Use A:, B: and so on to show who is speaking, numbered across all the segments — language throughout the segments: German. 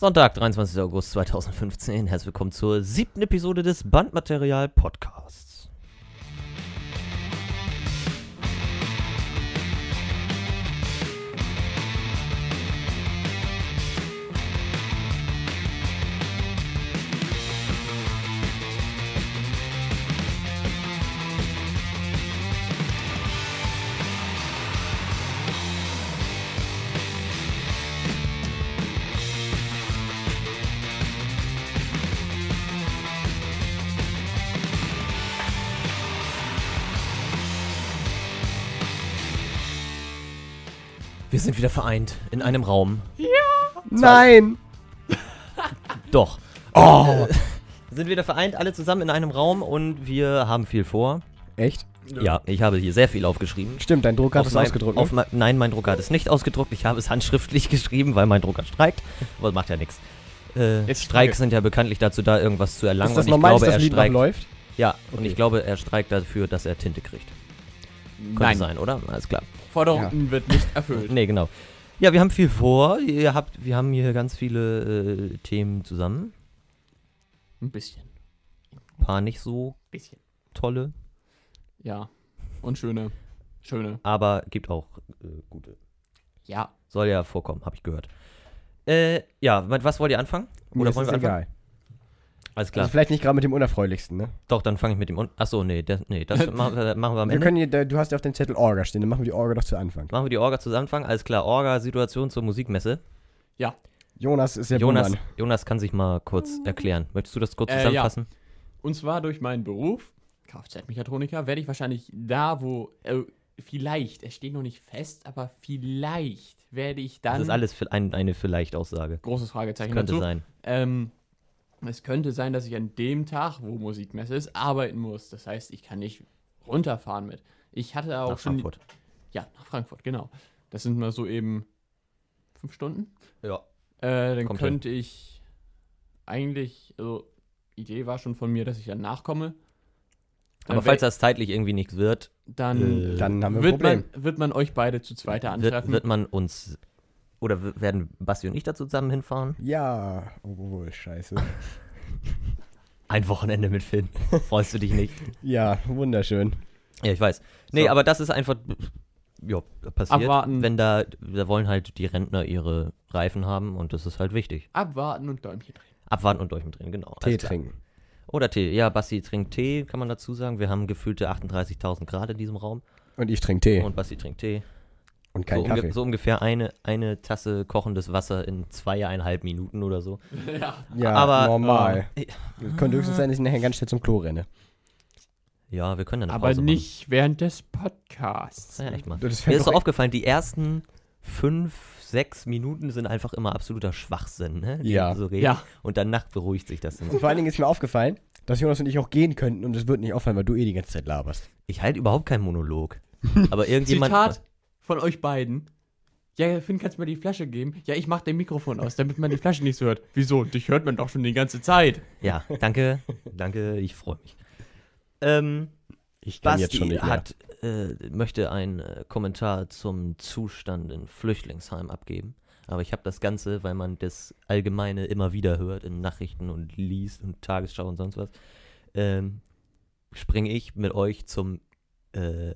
A: Sonntag, 23. August 2015. Herzlich willkommen zur siebten Episode des Bandmaterial Podcasts. Wir sind wieder vereint in einem Raum.
B: Nein!
A: Doch. Oh. Wir sind wieder vereint, alle zusammen in einem Raum und wir haben viel vor.
B: Echt?
A: Ja, ich habe hier sehr viel aufgeschrieben.
B: Stimmt, dein Drucker hat es
A: mein-
B: ausgedruckt.
A: auf
B: ne?
A: mein- nein, mein Drucker hat es nicht ausgedruckt. Ich habe es handschriftlich geschrieben, weil mein Drucker streikt. Aber macht ja nichts. Äh,
C: Jetzt
A: Streiks sind ja bekanntlich dazu da, irgendwas zu erlangen.
B: Ist das
A: und ich
B: normal,
A: glaube,
B: dass das
A: er
B: Lied noch
A: streikt.
B: läuft?
A: Ja, und
B: Okay.
A: ich glaube, er streikt dafür, dass er Tinte kriegt. Könnte
C: Nein,
A: sein, oder? Alles klar.
C: Forderungen wird nicht erfüllt.
A: Nee, genau. Ja, wir haben viel vor. Ihr habt, wir haben hier ganz viele äh, Themen zusammen.
C: Ein bisschen.
A: Ein paar nicht so
C: bisschen.
A: tolle,
C: Ja. Und schöne. Schöne.
A: aber gibt auch äh, gute.
C: Ja.
A: Soll ja vorkommen, habe ich gehört. Äh, ja, mit was wollt ihr anfangen?
B: Mir
A: Oder
B: ist
A: wollen
B: es
A: wir anfangen?
B: egal.
A: Alles klar.
B: Also vielleicht nicht gerade mit dem Unerfreulichsten, ne?
A: Doch, dann fange ich mit dem. Un Achso, nee, das, nee, das machen wir machen wir am
B: Wir
A: Ende.
B: können hier, da- du hast ja auf dem Zettel Orga stehen, dann machen wir die Orga doch zu Anfang.
A: Machen wir die Orga zusammen anfangen. Alles klar, Orga, Situation zur Musikmesse.
B: Jonas ist der
A: Jonas,
B: Buhmann.
A: Jonas kann sich mal kurz erklären. Möchtest du das kurz
C: Äh, ja.
A: zusammenfassen?
C: Und zwar durch meinen Beruf, Kfz-Mechatroniker, werde ich wahrscheinlich da, wo. Äh, vielleicht, es steht noch nicht fest, aber vielleicht werde ich dann.
A: Das ist alles für ein, eine Vielleicht-Aussage.
C: Großes Fragezeichen
A: Könnte
C: dazu.
A: sein.
C: Ähm, es könnte sein, dass ich an dem Tag, wo Musikmesse ist, arbeiten muss. Das heißt, ich kann nicht runterfahren mit. Ich hatte auch
A: Nach
C: schon.
A: Frankfurt.
C: Ja, nach Frankfurt, genau. Das sind mal so eben fünf Stunden.
A: Ja.
C: Äh, dann
A: Kommt
C: könnte ich eigentlich, also Idee war schon von mir, dass ich dann nachkomme. Dann
A: Aber falls
C: wär-
A: das zeitlich irgendwie nichts wird,
C: dann
A: Äh,
B: Dann haben wir ein
C: wird,
B: Problem.
C: man, wird man euch beide zu zweiter
A: wird,
C: antreffen.
A: wird man uns. Oder w- werden Basti und ich da zusammen hinfahren?
B: Ja, obwohl, scheiße.
A: Ein Wochenende mit Finn. Freust du dich nicht?
B: Ja, wunderschön.
A: Ja, ich weiß. Nee,
C: So. ähm,
A: aber das ist einfach. Ja, passiert.
C: Abwarten.
A: Wenn da. Da wollen halt die Rentner ihre Reifen haben und das ist halt wichtig.
C: Abwarten und Däumchen drehen.
A: Abwarten und durch mit drin, genau.
B: Tee
A: Alles klar.
B: trinken.
A: Oder Tee. Ja, Basti trinkt Tee, kann man dazu sagen. Wir haben gefühlte 38.000 Grad in diesem Raum.
B: Und ich trinke Tee. Und,
A: Und Basti trinkt Tee.
B: keinen
A: so, unge-
B: Kaffee.
A: so ungefähr eine, eine Tasse kochendes Wasser in zweieinhalb Minuten oder so.
C: ja.
B: ja,
A: aber-
B: Ah, normal.
A: äh,
B: Ich könnte höchstens sein, dass ich nachher ganz schnell zum Klo renne.
A: Ja, wir können dann eine
C: Aber
A: Pause
C: nicht während des Podcasts.
A: Machen. Ja, echt mal.
B: Das
A: Mir
B: fällt
A: ist
B: doch
A: so aufgefallen, die ersten fünf, sechs Minuten sind einfach immer absoluter Schwachsinn, ne? Die
B: Ja.
A: So reden.
C: Ja,
A: Und danach beruhigt sich das dann.
B: Und vor allen Dingen ist mir aufgefallen, dass Jonas und ich auch gehen könnten und es wird nicht auffallen, weil du eh die ganze Zeit laberst.
A: Ich halte überhaupt keinen Monolog. Aber irgendjemand.
C: Zitat von euch beiden. Ja, Finn, kannst du mir die Flasche geben? Ja, ich mach dein Mikrofon aus, damit man die Flasche nicht so hört. Wieso? Dich hört man doch schon die ganze Zeit.
A: Ja, danke, danke, ich freue mich. Ähm,
B: Ich kann
A: Basti
B: jetzt schon nicht mehr.
A: hat, äh, möchte einen äh, Kommentar zum Zustand in Flüchtlingsheim abgeben. Aber ich habe das Ganze, weil man das Allgemeine immer wieder hört in Nachrichten und liest und Tagesschau und sonst was, ähm, springe ich mit euch zum äh,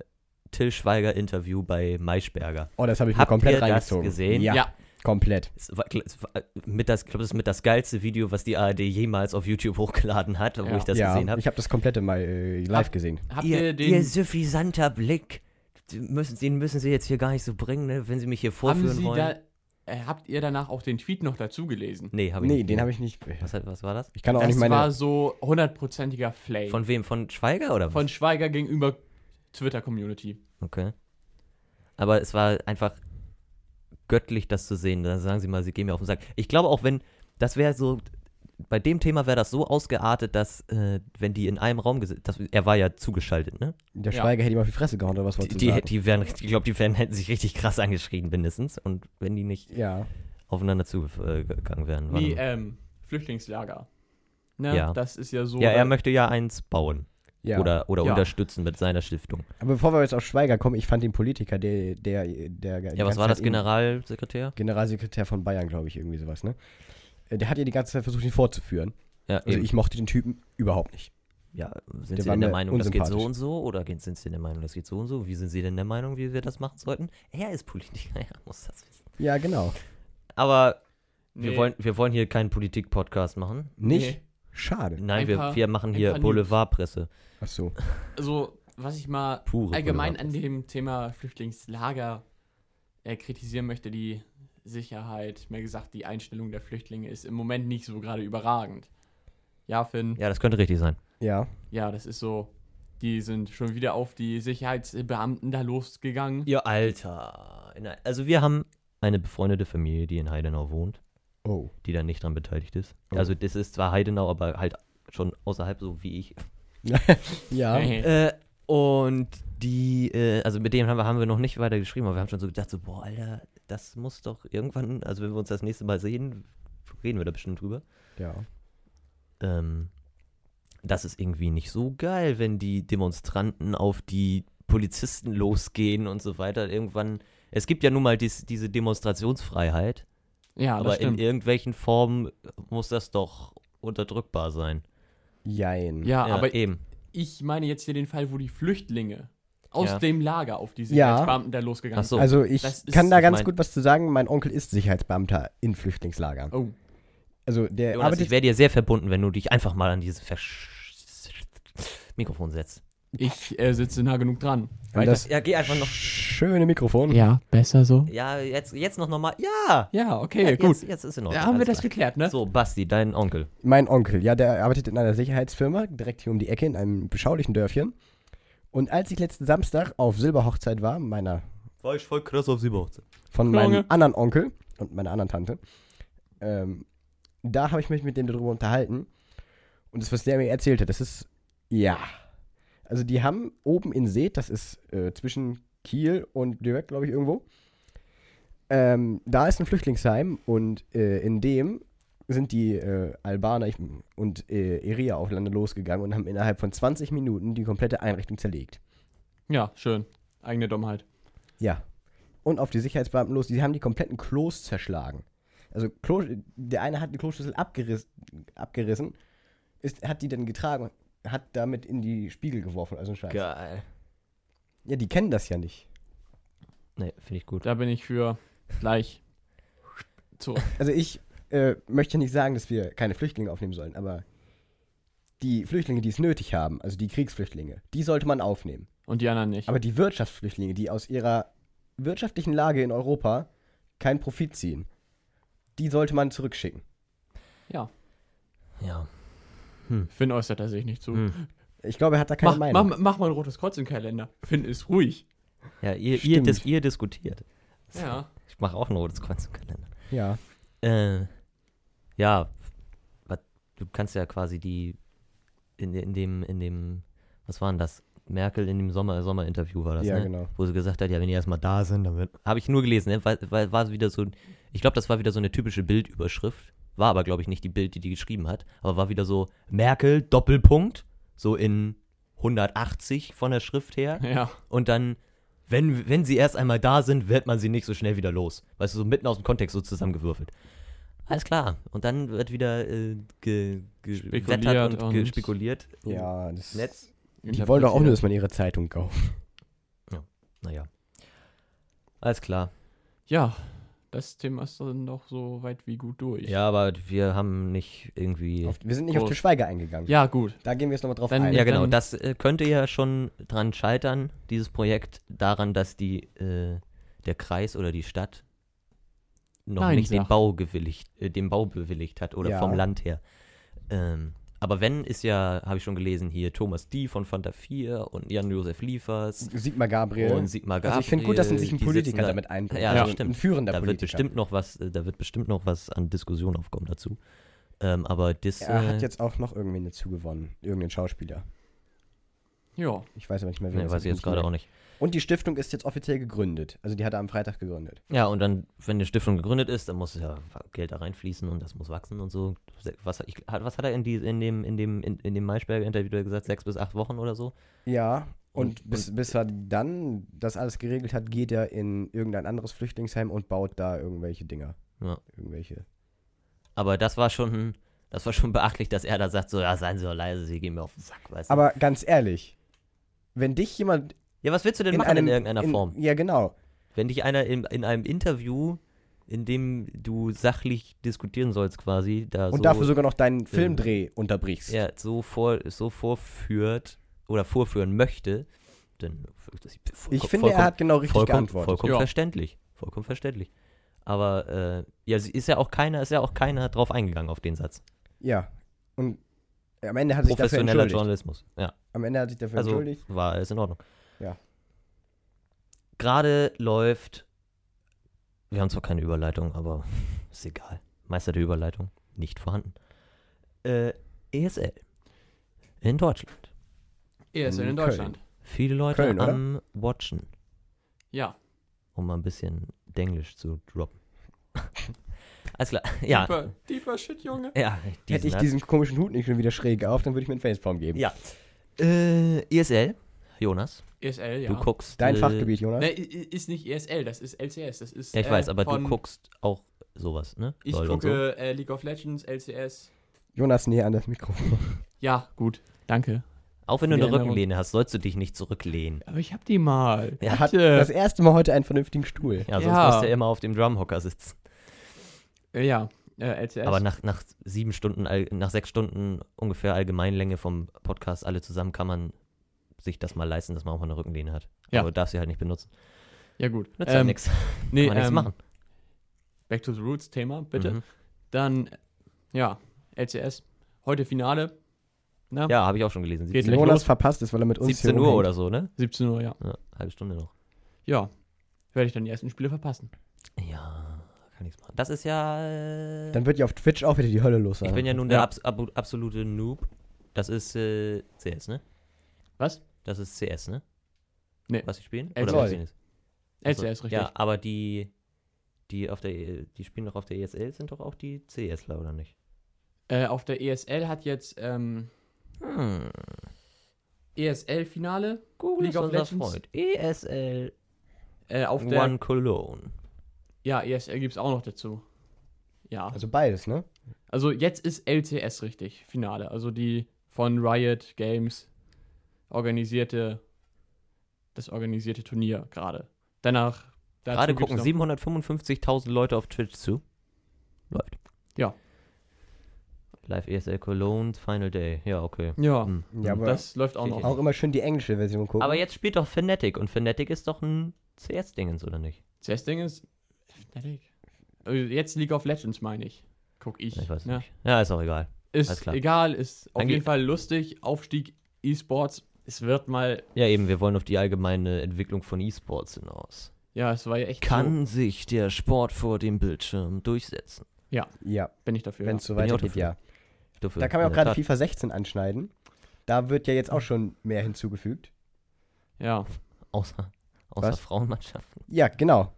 A: Till Schweiger-Interview bei Maischberger.
B: Oh, das habe ich mir
A: Habt
B: komplett
A: ihr das
B: reingezogen.
A: gesehen?
B: Ja,
C: Ja.
B: komplett.
A: Es war, es war mit das, ich glaube, das ist mit das geilste Video, was die ARD jemals auf YouTube hochgeladen hat, wo
C: Ja.
A: ich das
B: ja,
A: gesehen habe.
B: ich habe das komplette mal äh, live gesehen.
C: Habt ihr,
A: Ihr,
C: den.
A: ihr suffisanter Blick. Die Müssen, den müssen Sie jetzt hier gar nicht so bringen, ne? wenn Sie mich hier
C: haben
A: vorführen
C: Sie
A: wollen.
C: da, äh, habt ihr danach auch den Tweet noch dazu gelesen?
A: nee, habe ich
B: Nee,
A: nicht.
B: den habe ich nicht.
A: was, hat- was war das?
B: Ich kann auch
C: Das
B: nicht meine.
C: war so hundertprozentiger Flame. Von,
A: Von wem? Von Schweiger oder was?
C: Schweiger gegenüber Twitter-Community.
A: okay. Aber es war einfach göttlich, das zu sehen. Dann sagen Sie mal, Sie gehen mir auf den Sack. Ich glaube auch, wenn, das wäre so, bei dem Thema wäre das so ausgeartet, dass, äh, wenn die in einem Raum gesessen, er war ja zugeschaltet, ne?
B: der
C: Ja.
B: Schweiger hätte ihm auf die Fresse gehauen oder was
A: Die,
B: wolltest du
A: die,
B: sagen?
A: die wären, ich glaube, die wären, hätten sich richtig krass angeschrien, mindestens. Und wenn die nicht
B: Ja.
A: aufeinander zugegangen wären. war
C: Nee,
A: dann-
C: ähm, Flüchtlingslager. Ne?
A: Ja.
C: Das ist ja so.
A: Ja, er
C: da-
A: möchte ja eins bauen
B: Ja.
A: oder, oder
C: Ja.
A: unterstützen mit seiner Stiftung.
B: Aber bevor wir jetzt auf Schweiger kommen, ich fand den Politiker, der. der, der die
A: Ja, was
B: ganze
A: war das
B: Zeit ihn-
A: Generalsekretär?
B: Generalsekretär von Bayern, glaube ich, irgendwie sowas, ne? äh, der hat ja die ganze Zeit versucht, ihn vorzuführen.
A: Ja,
B: Also
A: eben.
B: ich mochte den Typen überhaupt nicht.
A: ja sind
B: der
A: Sie
B: war
A: denn der
B: mir
A: Meinung, das geht so
B: unsympathisch.
A: und so? Oder gehen- sind Sie der Meinung, das geht so und so? Wie sind Sie denn der Meinung, wie wir das machen sollten? Er ist Politiker, er muss das wissen.
B: Ja, genau.
A: Aber
C: Nee.
A: wir, wollen, wir wollen hier keinen Politik-Podcast machen.
B: Nicht?
C: Nee.
B: Schade.
A: Nein,
C: Ein
A: wir,
C: paar-
A: wir machen
C: ein
A: hier
C: paar News.
A: Boulevardpresse.
B: Ach so.
C: Also, was ich mal
A: Pure
C: allgemein an
A: Boulevardpresse.
C: dem Thema Flüchtlingslager äh, kritisieren möchte, die Sicherheit, mehr gesagt, die Einstellung der Flüchtlinge ist im Moment nicht so gerade überragend. Ja, Finn,
A: Ja, das könnte richtig sein.
B: Ja.
C: ja, das ist so. Die sind schon wieder auf die Sicherheitsbeamten da losgegangen.
A: Ihr Alter. In der- Also wir haben eine befreundete Familie, die in Heidenau wohnt,
B: Oh.
A: die da nicht dran beteiligt ist.
B: Oh.
A: Also das ist zwar Heidenau, aber halt schon außerhalb, so wie ich.
B: ja.
A: Äh, und die, äh, also mit denen haben wir, haben wir noch nicht weiter geschrieben, aber wir haben schon so gedacht, so, boah, Alter, das muss doch irgendwann, also wenn wir uns das nächste Mal sehen, reden wir da bestimmt drüber.
B: Ja.
A: ähm, das ist irgendwie nicht so geil, wenn die Demonstranten auf die Polizisten losgehen und so weiter. Irgendwann, es gibt ja nun mal dies, diese Demonstrationsfreiheit,
C: Ja, Ah, das
A: aber in
C: stimmt.
A: irgendwelchen Formen muss das doch unterdrückbar sein.
B: Jein.
A: Ah,
C: Ja, aber
A: eben.
C: ich meine jetzt hier den Fall, wo die Flüchtlinge aus
A: Ja.
C: dem Lager auf die
B: Ja.
C: Sicherheitsbeamten da losgegangen
A: Ach so.
B: Also ich
C: Das ist-
B: kann da
A: ich
B: ganz
A: mein-
B: gut was zu sagen. Mein Onkel ist Sicherheitsbeamter in Flüchtlingslagern.
C: sind. Oh,
B: Also der
A: Jonas, ich
B: arbeitet.
A: wäre dir sehr verbunden, wenn du dich einfach mal an dieses Versch Mikrofon setzt.
C: ich äh, sitze nah genug dran.
B: an das
A: Ja, geh einfach noch.
B: schöne Mikrofon.
C: Ja, besser so.
A: Ja, jetzt, jetzt noch normal. Ja!
C: Ja, okay,
A: ja,
C: gut.
A: Jetzt, jetzt ist in Ordnung.
C: Da haben wir
A: alles
C: das
A: klar.
C: geklärt, ne?
A: So, Basti, dein Onkel.
B: Mein Onkel, ja, der arbeitet in einer Sicherheitsfirma direkt hier um die Ecke in einem beschaulichen Dörfchen. Und als ich letzten Samstag auf Silberhochzeit war, meiner
A: War ich voll krass auf sie
B: von
C: Junge.
B: meinem anderen Onkel und meiner anderen Tante. Ähm, da habe ich mich mit dem darüber unterhalten. Und das, was der mir erzählt hat, das ist, ja. Also die haben oben in Seet, das ist äh, zwischen Kiel und Lübeck, glaube ich, irgendwo. Ähm, da ist ein Flüchtlingsheim und äh, in dem sind die äh, Albaner ich, und äh, Eria auf Lande losgegangen und haben innerhalb von 20 Minuten die komplette Einrichtung zerlegt.
C: Ja, schön. Eigene Dummheit.
B: Ja. Und auf die Sicherheitsbeamten los. Die haben die kompletten Klos zerschlagen. Also Klo, der eine hat den Kloschüssel abgerissen, abgerissen ist, hat die dann getragen und hat damit in die Spiegel geworfen. Also ein Scheiß. Ja.
A: Geil.
B: die kennen das ja nicht.
A: Nee, finde ich gut.
C: Da bin ich für gleich zurück.
B: Also ich äh, möchte nicht sagen, dass wir keine Flüchtlinge aufnehmen sollen, aber die Flüchtlinge, die es nötig haben, also die Kriegsflüchtlinge, die sollte man aufnehmen.
C: Und die anderen nicht.
B: Aber die Wirtschaftsflüchtlinge, die aus ihrer wirtschaftlichen Lage in Europa keinen Profit ziehen, die sollte man zurückschicken.
C: ja.
A: Ja.
C: Finn äußert er sich nicht zu.
A: Hm.
B: Ich glaube, er hat da keine
C: Mach, mach,
B: Meinung.
C: mach mal ein rotes Kreuz im Kalender. Finn ist ruhig.
A: Ja, ihr, ihr,
B: Stimmt.
A: dis ihr diskutiert.
C: Ja.
A: Ich mache auch ein rotes Kreuz im Kalender.
B: Ja.
A: Äh, ja, wat, du kannst ja quasi die in, de- in dem, in dem, was war denn das? Merkel in dem Sommer, Sommerinterview war das,
B: Ja,
A: ne?
B: genau.
A: Wo sie gesagt hat, ja, wenn die erstmal da sind, dann wird. Habe ich nur gelesen, ne? Weil, weil war es wieder so, ein- ich glaube, das war wieder so eine typische Bildüberschrift. War aber, glaube ich, nicht die Bild, die die geschrieben hat, aber war wieder so Merkel, Doppelpunkt, so in 180 von der Schrift her.
C: Ja.
A: und dann, wenn, wenn sie erst einmal da sind, wird man sie nicht so schnell wieder los. Weißt du, so mitten aus dem Kontext so zusammengewürfelt. Alles klar. Und dann wird wieder äh, ge, ge
C: Spekuliert
A: wettert und, ge
C: und-
A: spekuliert.
B: Ja, das
A: Netz.
B: Die wollen doch auch nur, dass man ihre Zeitung kauft.
A: Naja. Alles klar.
C: Ja, das Thema ist dann doch so weit wie gut durch.
A: Ja, aber wir haben nicht irgendwie.
B: Auf, wir sind nicht auf
C: Groß.
B: Tischweiger eingegangen.
C: Ja, gut.
B: Da gehen wir jetzt nochmal drauf
C: Dann-
B: ein.
A: ja, genau.
C: dann-
A: Das äh, könnte ja schon dran scheitern, dieses Projekt, daran, dass die, äh, der Kreis oder die Stadt noch
C: Nein
A: nicht den
C: sagt.
A: Bau, gewilligt, äh, den Bau bewilligt hat oder
B: Ja.
A: vom Land her. Ähm, aber wenn, ist ja, habe ich schon gelesen, hier Thomas D. von Fanta 4 und Jan-Josef Liefers
B: Sigmar Gabriel.
A: und Sigmar Gabriel.
B: also ich finde gut, dass sich ein
A: die
B: Politiker
A: sitzen da-
B: damit einbringt.
A: Ja,
B: also
A: das stimmt.
B: Ein führender
A: Da wird,
B: Politiker.
A: bestimmt noch was, äh, da wird bestimmt noch was an Diskussion aufkommen dazu. Ähm, aber das,
B: er hat
A: äh,
B: jetzt auch noch irgendwen dazu gewonnen. Irgendeinen Schauspieler.
C: Ja.
B: Ich weiß aber nicht mehr,
A: ne,
B: das
A: weiß
B: ist.
A: ich jetzt gerade auch nicht.
B: Und die Stiftung ist jetzt offiziell gegründet. Also die hat er am Freitag gegründet.
A: Ja, und dann, wenn eine Stiftung gegründet ist, dann muss ja Geld da reinfließen und das muss wachsen und so. Was, ich, hat- was hat er in, die, in dem, in dem, in, in dem Maischberger-Interview gesagt? Sechs bis acht Wochen oder so?
B: Ja, und,
A: Und-
B: bis, bis er dann das alles geregelt hat, geht er in irgendein anderes Flüchtlingsheim und baut da irgendwelche Dinger.
A: Ja.
B: Irgendwelche
A: Aber das war schon, das war schon beachtlich, dass er da sagt, so, ja, seien Sie doch leise, Sie gehen mir auf den Sack, weißt du.
B: Aber ganz ehrlich, wenn dich jemand
A: Ja, was willst du denn
B: in
A: machen
B: einem,
A: in irgendeiner Form?
B: Ja, genau.
A: Wenn dich einer in, in einem Interview, in dem du sachlich diskutieren sollst quasi, da
B: Und
A: so,
B: dafür sogar noch deinen Filmdreh unterbrichst.
A: Also ja, so, vor, so vorführt oder vorführen möchte, dann das ist vollkommen-
B: Ich finde, er hat genau richtig
A: vollkommen,
B: geantwortet.
A: vollkommen
C: Ja.
A: verständlich. Vollkommen verständlich. Aber äh, ja, sie ist ja auch keiner, ist ja auch keiner drauf eingegangen auf den Satz.
B: Ja. Und am Ende hat sich dafür
A: Professioneller
B: entschuldigt.
A: Journalismus. Ja.
B: Am Ende hat sich dafür
A: Also
B: entschuldigt.
A: war alles in Ordnung.
B: Ja.
A: Gerade läuft. Wir haben zwar keine Überleitung, aber ist egal. Meister der Überleitung nicht vorhanden. Äh, ESL in Deutschland.
C: Er ist
B: In
C: in Deutschland.
A: Viele Leute
B: Köln, oder?
A: am Watchen,
C: Ja.
A: um mal ein bisschen Denglisch zu droppen. alles klar. Ja.
C: Deeper, deeper Shit, Junge.
A: ja
B: Hätte ich
A: Satz.
B: diesen komischen Hut nicht schon wieder schräg auf, dann würde ich mir einen Facepalm geben.
A: Ja. Äh, ESL, Jonas,
C: ESL, E ja.
A: du guckst.
B: Dein
A: äh,
B: Fachgebiet, Jonas.
C: Ne, i- i- ist nicht ESL, das ist LCS. Das ist,
A: Ja, ich weiß,
C: äh,
A: aber du
C: von-
A: guckst auch sowas, ne?
C: Ich
A: LOL und so.
C: gucke äh, League of Legends, LCS.
B: Jonas näher an das Mikrofon.
C: Ja, gut. Danke.
A: Auch wenn du
C: Die
A: eine
C: Erinnerung.
A: Rückenlehne hast, sollst du dich nicht zurücklehnen.
C: Aber ich hab die mal.
A: Ja,
B: Er hat
C: Bitte.
B: das erste Mal heute einen vernünftigen Stuhl.
A: Ja, sonst
C: Ja.
A: musst du ja immer auf dem Drumhocker sitzen.
C: Äh, ja, äh, LCS.
A: Aber nach, nach sieben Stunden, all- nach sechs Stunden ungefähr Allgemeinlänge vom Podcast alle zusammen kann man sich das mal leisten, dass man auch mal eine Rückenlehne hat.
C: Ja.
A: Aber darf sie halt nicht benutzen.
C: ja, gut. Ähm,
A: Nützt ja nichts. Kann
C: Nee,
A: man nichts
C: ähm,
A: machen.
C: Back to the Roots Thema, bitte.
A: Mhm.
C: Dann, äh, ja, LCS. Heute Finale. Na?
A: Ja, habe ich auch schon gelesen.
C: Geht
A: 17,
C: nicht.
B: Jonas
C: los.
B: verpasst es, weil er mit uns
A: 17
B: hier
A: Uhr
B: rumhängt.
A: oder so, ne?
C: 17 Uhr, ja.
A: Ja, halbe Stunde noch.
C: Ja. Werde ich dann die ersten Spiele verpassen.
A: Ja, kann nichts machen. Das ist ja. Äh,
B: Dann wird ja auf Twitch auch wieder die Hölle los sein.
A: ich bin ja nun der
C: Ja.
A: abs ab absolute Noob. Das ist äh, CS, ne?
C: Was?
A: Das ist CS, ne?
C: Nee.
A: Was sie spielen?
C: LOL.
A: was sie nicht?
C: LCS,
A: Achso,
C: richtig.
A: Ja, aber die, die auf der, die spielen doch auf der ESL, sind doch auch die CSler, oder nicht?
C: Äh, auf der ESL hat jetzt ähm, E
A: Hm.
C: ESL-Finale.
A: Google
C: League
A: ist
C: of
A: unser
C: Legends.
A: Freund. ESL
C: Äh, auf der.
A: One Cologne.
C: Ja, ESL gibt's auch noch dazu. Ja.
B: Also beides, ne?
C: Also jetzt ist LCS richtig, Finale. Also die von Riot Games organisierte, das organisierte Turnier gerade. Danach. dazu
A: Gerade
C: gibt's
A: gucken
C: noch-
A: 755.000 Leute auf Twitch zu. Läuft.
C: Ja.
A: Live E ESL Cologne, Final Day. Ja, okay.
C: Ja,
A: Hm.
B: Ja, aber
C: das läuft auch
A: Steht
C: noch.
A: hier
B: auch immer schön die englische Version gucken.
A: Aber jetzt spielt doch Fnatic und Fnatic ist doch ein CS-Dingens, oder nicht?
C: Das Ding ist, Fnatic. Äh, Jetzt League of Legends meine ich. Guck ich.
A: Ich weiß
C: ne?
A: nicht. Ja, ist auch egal. alles
C: Ist
A: klar.
C: egal, ist auf
A: Dann
C: jeden
A: geht-
C: Fall lustig. Aufstieg E-Sports. Es wird mal,
A: Ja, eben, wir wollen auf die allgemeine Entwicklung von E-Sports hinaus.
C: ja, es war ja echt so,
A: Kann sich der Sport vor dem Bildschirm durchsetzen?
B: ja,
C: bin ich dafür.
B: wenn es so
A: Bin ich auch
B: weitergeht,
A: dafür.
B: ja.
A: Dafür,
B: Da kann
A: in
B: man auch
A: der
B: gerade
A: Tat. Hm.
B: FIFA 16 anschneiden. Da wird ja jetzt auch schon mehr hinzugefügt.
C: ja.
A: Außer, außer
B: Was?
A: Frauenmannschaften.
B: Ja, genau.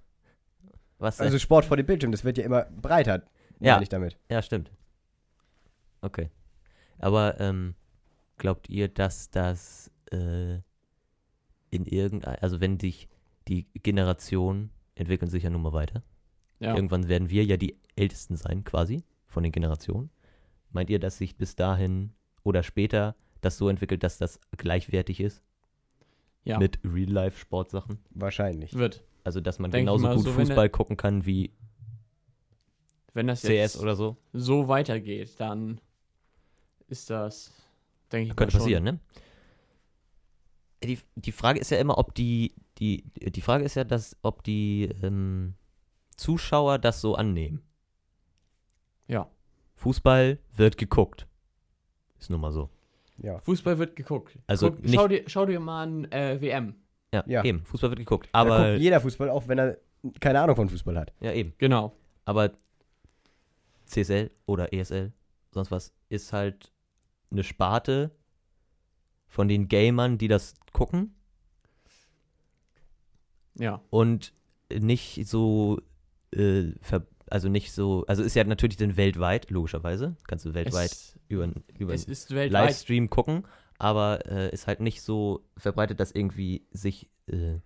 A: Was?
B: Also
A: Also,
B: Sport vor dem Bildschirm, das wird ja immer breiter,
A: Ja.
B: meine ich damit.
A: ja, stimmt. Okay. Aber ähm, glaubt ihr, dass das äh, in irgendein, also wenn sich die Generationen entwickeln sich ja nun mal weiter.
C: ja.
A: Irgendwann werden wir ja die Ältesten sein, quasi, von den Generationen. Meint ihr, dass sich bis dahin oder später das so entwickelt, dass das gleichwertig ist
C: Ja.
A: mit Real-Life-Sportsachen?
B: Wahrscheinlich.
C: Wird.
A: Also, dass man
C: Denk ich
A: genauso
C: mal,
A: gut
C: so wenn
A: Fußball gucken kann wie
C: Wenn das jetzt
A: CS oder so?
C: so weitergeht, dann ist das, denke ich, mal
A: Könnte
C: schon-
A: passieren, ne? Die, die Frage ist ja immer, ob die, die, die Frage ist ja, dass, ob die ähm, Zuschauer das so annehmen.
C: Ja.
A: Fußball wird geguckt. Ist nun mal so.
B: Ja.
C: Fußball wird geguckt.
A: Also
C: Guck,
A: nicht-
C: schau, dir, schau dir mal an äh, WM.
A: Ja,
B: Ja.
A: eben. Fußball wird geguckt.
B: da
A: Aber,
B: guckt jeder Fußball, auch wenn er keine Ahnung von Fußball hat.
A: ja, eben.
C: Genau.
A: Aber CSL oder ESL, sonst was, ist halt eine Sparte von den Gamern, die das gucken.
C: Ja.
A: und nicht so, äh, ver also nicht so, also ist ja natürlich dann weltweit, logischerweise, kannst du weltweit
C: Es,
A: über über
C: es ist weltweit.
A: Livestream gucken, aber äh, ist halt nicht so verbreitet, dass irgendwie sich äh,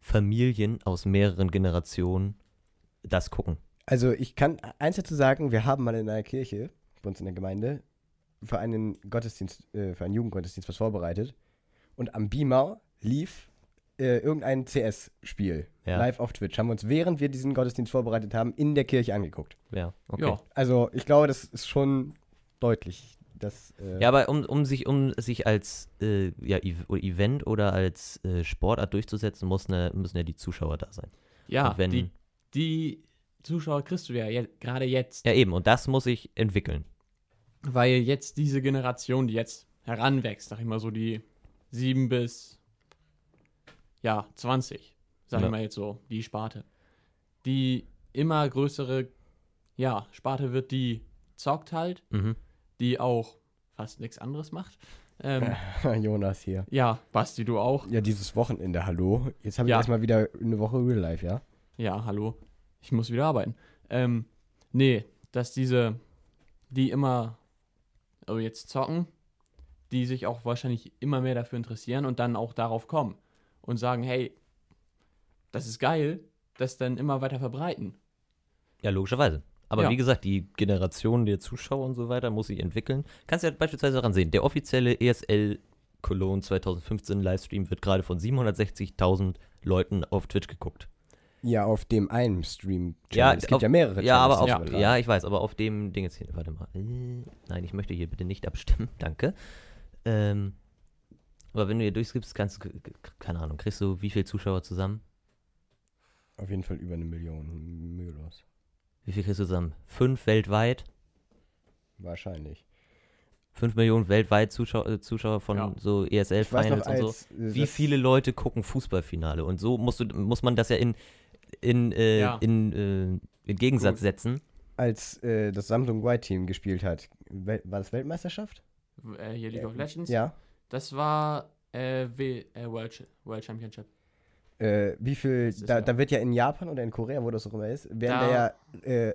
A: Familien aus mehreren Generationen das gucken.
B: Also ich kann eins dazu sagen, wir haben mal in einer Kirche, bei uns in der Gemeinde, für einen Gottesdienst, äh, für einen Jugendgottesdienst was vorbereitet. Und am Beamer lief äh, irgendein CS-Spiel
A: Ja.
B: live auf Twitch. Haben wir uns, während wir diesen Gottesdienst vorbereitet haben, in der Kirche angeguckt.
A: Ja, okay.
C: Ja,
B: Also ich glaube, das ist schon deutlich, dass äh,
A: Ja, aber um, um sich um sich als äh, ja, Ev- oder Event oder als äh, Sportart durchzusetzen, muss ne, müssen ja die Zuschauer da sein.
C: ja
A: Und wenn-
C: die, die Zuschauer kriegst du ja je, gerade jetzt.
A: Ja, eben. Und das muss ich entwickeln.
C: Weil jetzt diese Generation, die jetzt heranwächst, sag ich mal so die 7 bis ja, 20, sag
A: Ja.
C: ich mal jetzt so, die Sparte. Die immer größere ja, Sparte wird, die zockt halt,
A: Mhm.
C: die auch fast nichts anderes macht. Ähm,
B: Jonas hier.
C: ja, Basti, du auch.
B: Ja, dieses Wochenende, hallo. Jetzt habe ich
C: Ja.
B: erstmal wieder eine Woche Real Life, ja?
C: Ja, hallo, ich muss wieder arbeiten. Ähm, nee, dass diese, die immer, also jetzt zocken, die sich auch wahrscheinlich immer mehr dafür interessieren und dann auch darauf kommen und sagen, hey, das ist geil, das dann immer weiter verbreiten.
A: Ja, logischerweise. Aber
C: Ja.
A: wie gesagt, die Generation der Zuschauer und so weiter muss sich entwickeln. Kannst ja beispielsweise daran sehen, der offizielle E ESL Cologne 2015 Livestream wird gerade von 760.000 Leuten auf Twitch geguckt.
B: Ja, auf dem einen Stream.
A: Ja,
B: es gibt
A: auf-
B: ja mehrere.
A: Ja, aber
B: Channels,
A: auf,
B: die
A: ja.
B: übertragen.
A: ich weiß, aber auf dem Ding jetzt hier, warte mal. Äh, Nein, ich möchte hier bitte nicht abstimmen, danke. Ähm, aber wenn du hier durchskippst, kannst du, keine Ahnung, kriegst du wie viele Zuschauer zusammen?
B: Auf jeden Fall über eine Million. Mühelos.
A: Wie viel kriegst du zusammen? Fünf weltweit?
B: Wahrscheinlich.
A: Fünf Millionen weltweit Zuschauer, äh, Zuschauer von
C: Ja.
A: so E ESL-Finals und so.
B: äh,
A: also, Wie
B: das-
A: viele Leute gucken Fußballfinale? Und so musst du, muss man das ja in, in, äh,
C: Ja.
A: in, äh, in Gegensatz
C: Gut.
A: setzen.
B: als äh, das Samsung Y-Team gespielt hat. Wel war das Weltmeisterschaft?
C: Äh, hier League of
B: Äh,
C: Legends.
B: Ja.
C: Das war äh, w äh, World, Ch- World Championship.
B: Äh, wie viel,
C: Das ist
B: da,
C: ja-
B: da wird ja in Japan oder in Korea, wo das auch immer ist, werden da,
C: Da-
B: ja äh,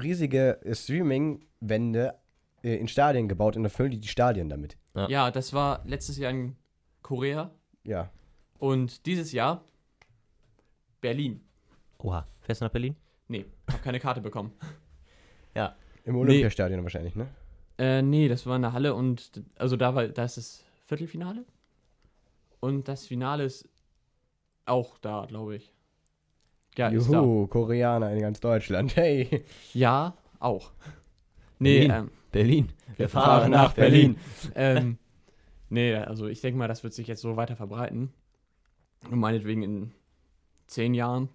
B: riesige äh, Streaming-Wände äh, in Stadien gebaut und erfüllen die die Stadien damit.
A: Ja.
C: Ja, das war letztes Jahr in Korea
B: Ja.
C: und dieses Jahr Berlin.
A: Oha, fährst du nach Berlin?
C: Nee, hab keine Karte bekommen.
B: Im
C: Nee.
B: Olympiastadion wahrscheinlich, ne?
C: Äh, nee, das war in der Halle und d- also da war, da ist das Viertelfinale. Und das Finale ist auch da, glaube ich. Ja, ist da.
B: Juhu, Koreaner in ganz Deutschland. Hey.
C: Ja, auch. Nee,
A: Berlin.
C: ähm,
A: Berlin.
B: Wir fahren nach Berlin.
C: ähm, nee, also ich denke mal, das wird sich jetzt so weiter verbreiten. Und meinetwegen in zehn Jahren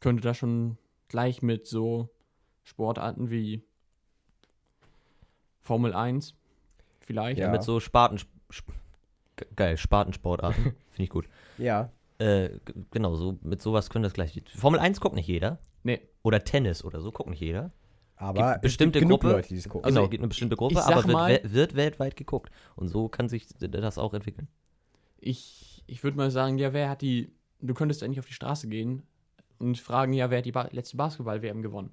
C: könnte das schon gleich mit so Sportarten wie Formel 1 vielleicht.
B: Ja.
A: Mit so Spaten. Sp ge- geil, Spatensportarten. Finde ich gut.
B: Ja.
A: Äh, g- genau, so, mit sowas können das gleich. Formel 1 guckt nicht jeder.
C: Nee.
A: Oder Tennis oder so guckt nicht jeder.
B: Aber
A: Gibt bestimmte
B: es gibt genug
A: Gruppe.
B: Leute, die es gucken.
C: Also
A: genau,
C: ich-
A: gibt eine bestimmte Gruppe,
C: ich sag
A: aber wird,
C: mal-
A: we- wird weltweit geguckt. Und so kann sich das auch entwickeln.
C: Ich, ich würde mal sagen, ja, wer hat die. Du könntest eigentlich auf die Straße gehen und fragen, ja, wer hat die ba letzte Basketball-WM gewonnen?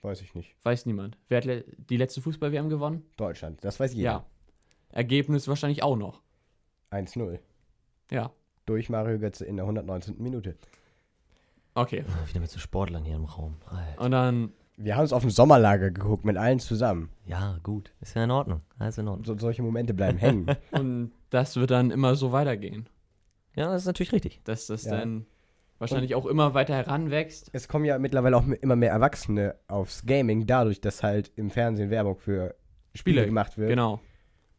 B: Weiß ich nicht.
C: Weiß niemand. Wer hat le die letzte Fußball-WM gewonnen?
B: Deutschland, das weiß jeder.
C: Ja. Ergebnis wahrscheinlich auch noch.
B: 1-0.
C: Ja.
B: Durch Mario Götze in der 119. Minute.
C: Okay.
A: Wieder mit so Sportlern hier im Raum. Alter.
C: Und dann.
B: Wir haben es auf dem Sommerlager geguckt, mit allen zusammen.
A: Ja, gut. Ist ja in Ordnung. Alles in Ordnung.
B: So, solche Momente bleiben hängen.
C: Und das wird dann immer so weitergehen.
A: Ja, das ist natürlich richtig.
C: Dass das
B: Ja.
C: dann wahrscheinlich auch immer weiter heranwächst.
B: es kommen ja mittlerweile auch immer mehr Erwachsene aufs Gaming, dadurch, dass halt im Fernsehen Werbung für Spiele,
C: Spiele,
B: gemacht wird.
C: Genau.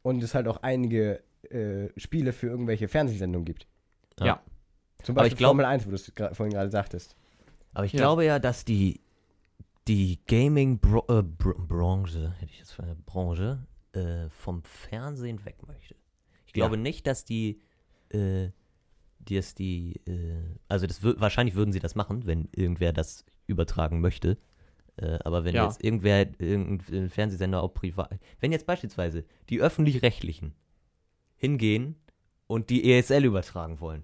B: Und es halt auch einige äh, Spiele für irgendwelche Fernsehsendungen gibt.
A: Ja.
C: Ja.
B: Zum
A: Aber
B: Beispiel
A: ich glaub-
B: Formel 1, wo du es gra- vorhin gerade sagtest.
A: Aber ich
C: Ja.
A: glaube ja, dass die, die Gaming-Branche, äh, Br Branche, hätte ich jetzt für eine Branche, äh, vom Fernsehen weg möchte. Ich glaube nicht, dass die, äh, die, es die äh, also das wür- wahrscheinlich würden sie das machen, wenn irgendwer das übertragen möchte. Äh, aber wenn
C: Ja.
A: jetzt irgendwer, irgendein Fernsehsender auch privat, wenn jetzt beispielsweise die Öffentlich-Rechtlichen hingehen und die ESL übertragen wollen.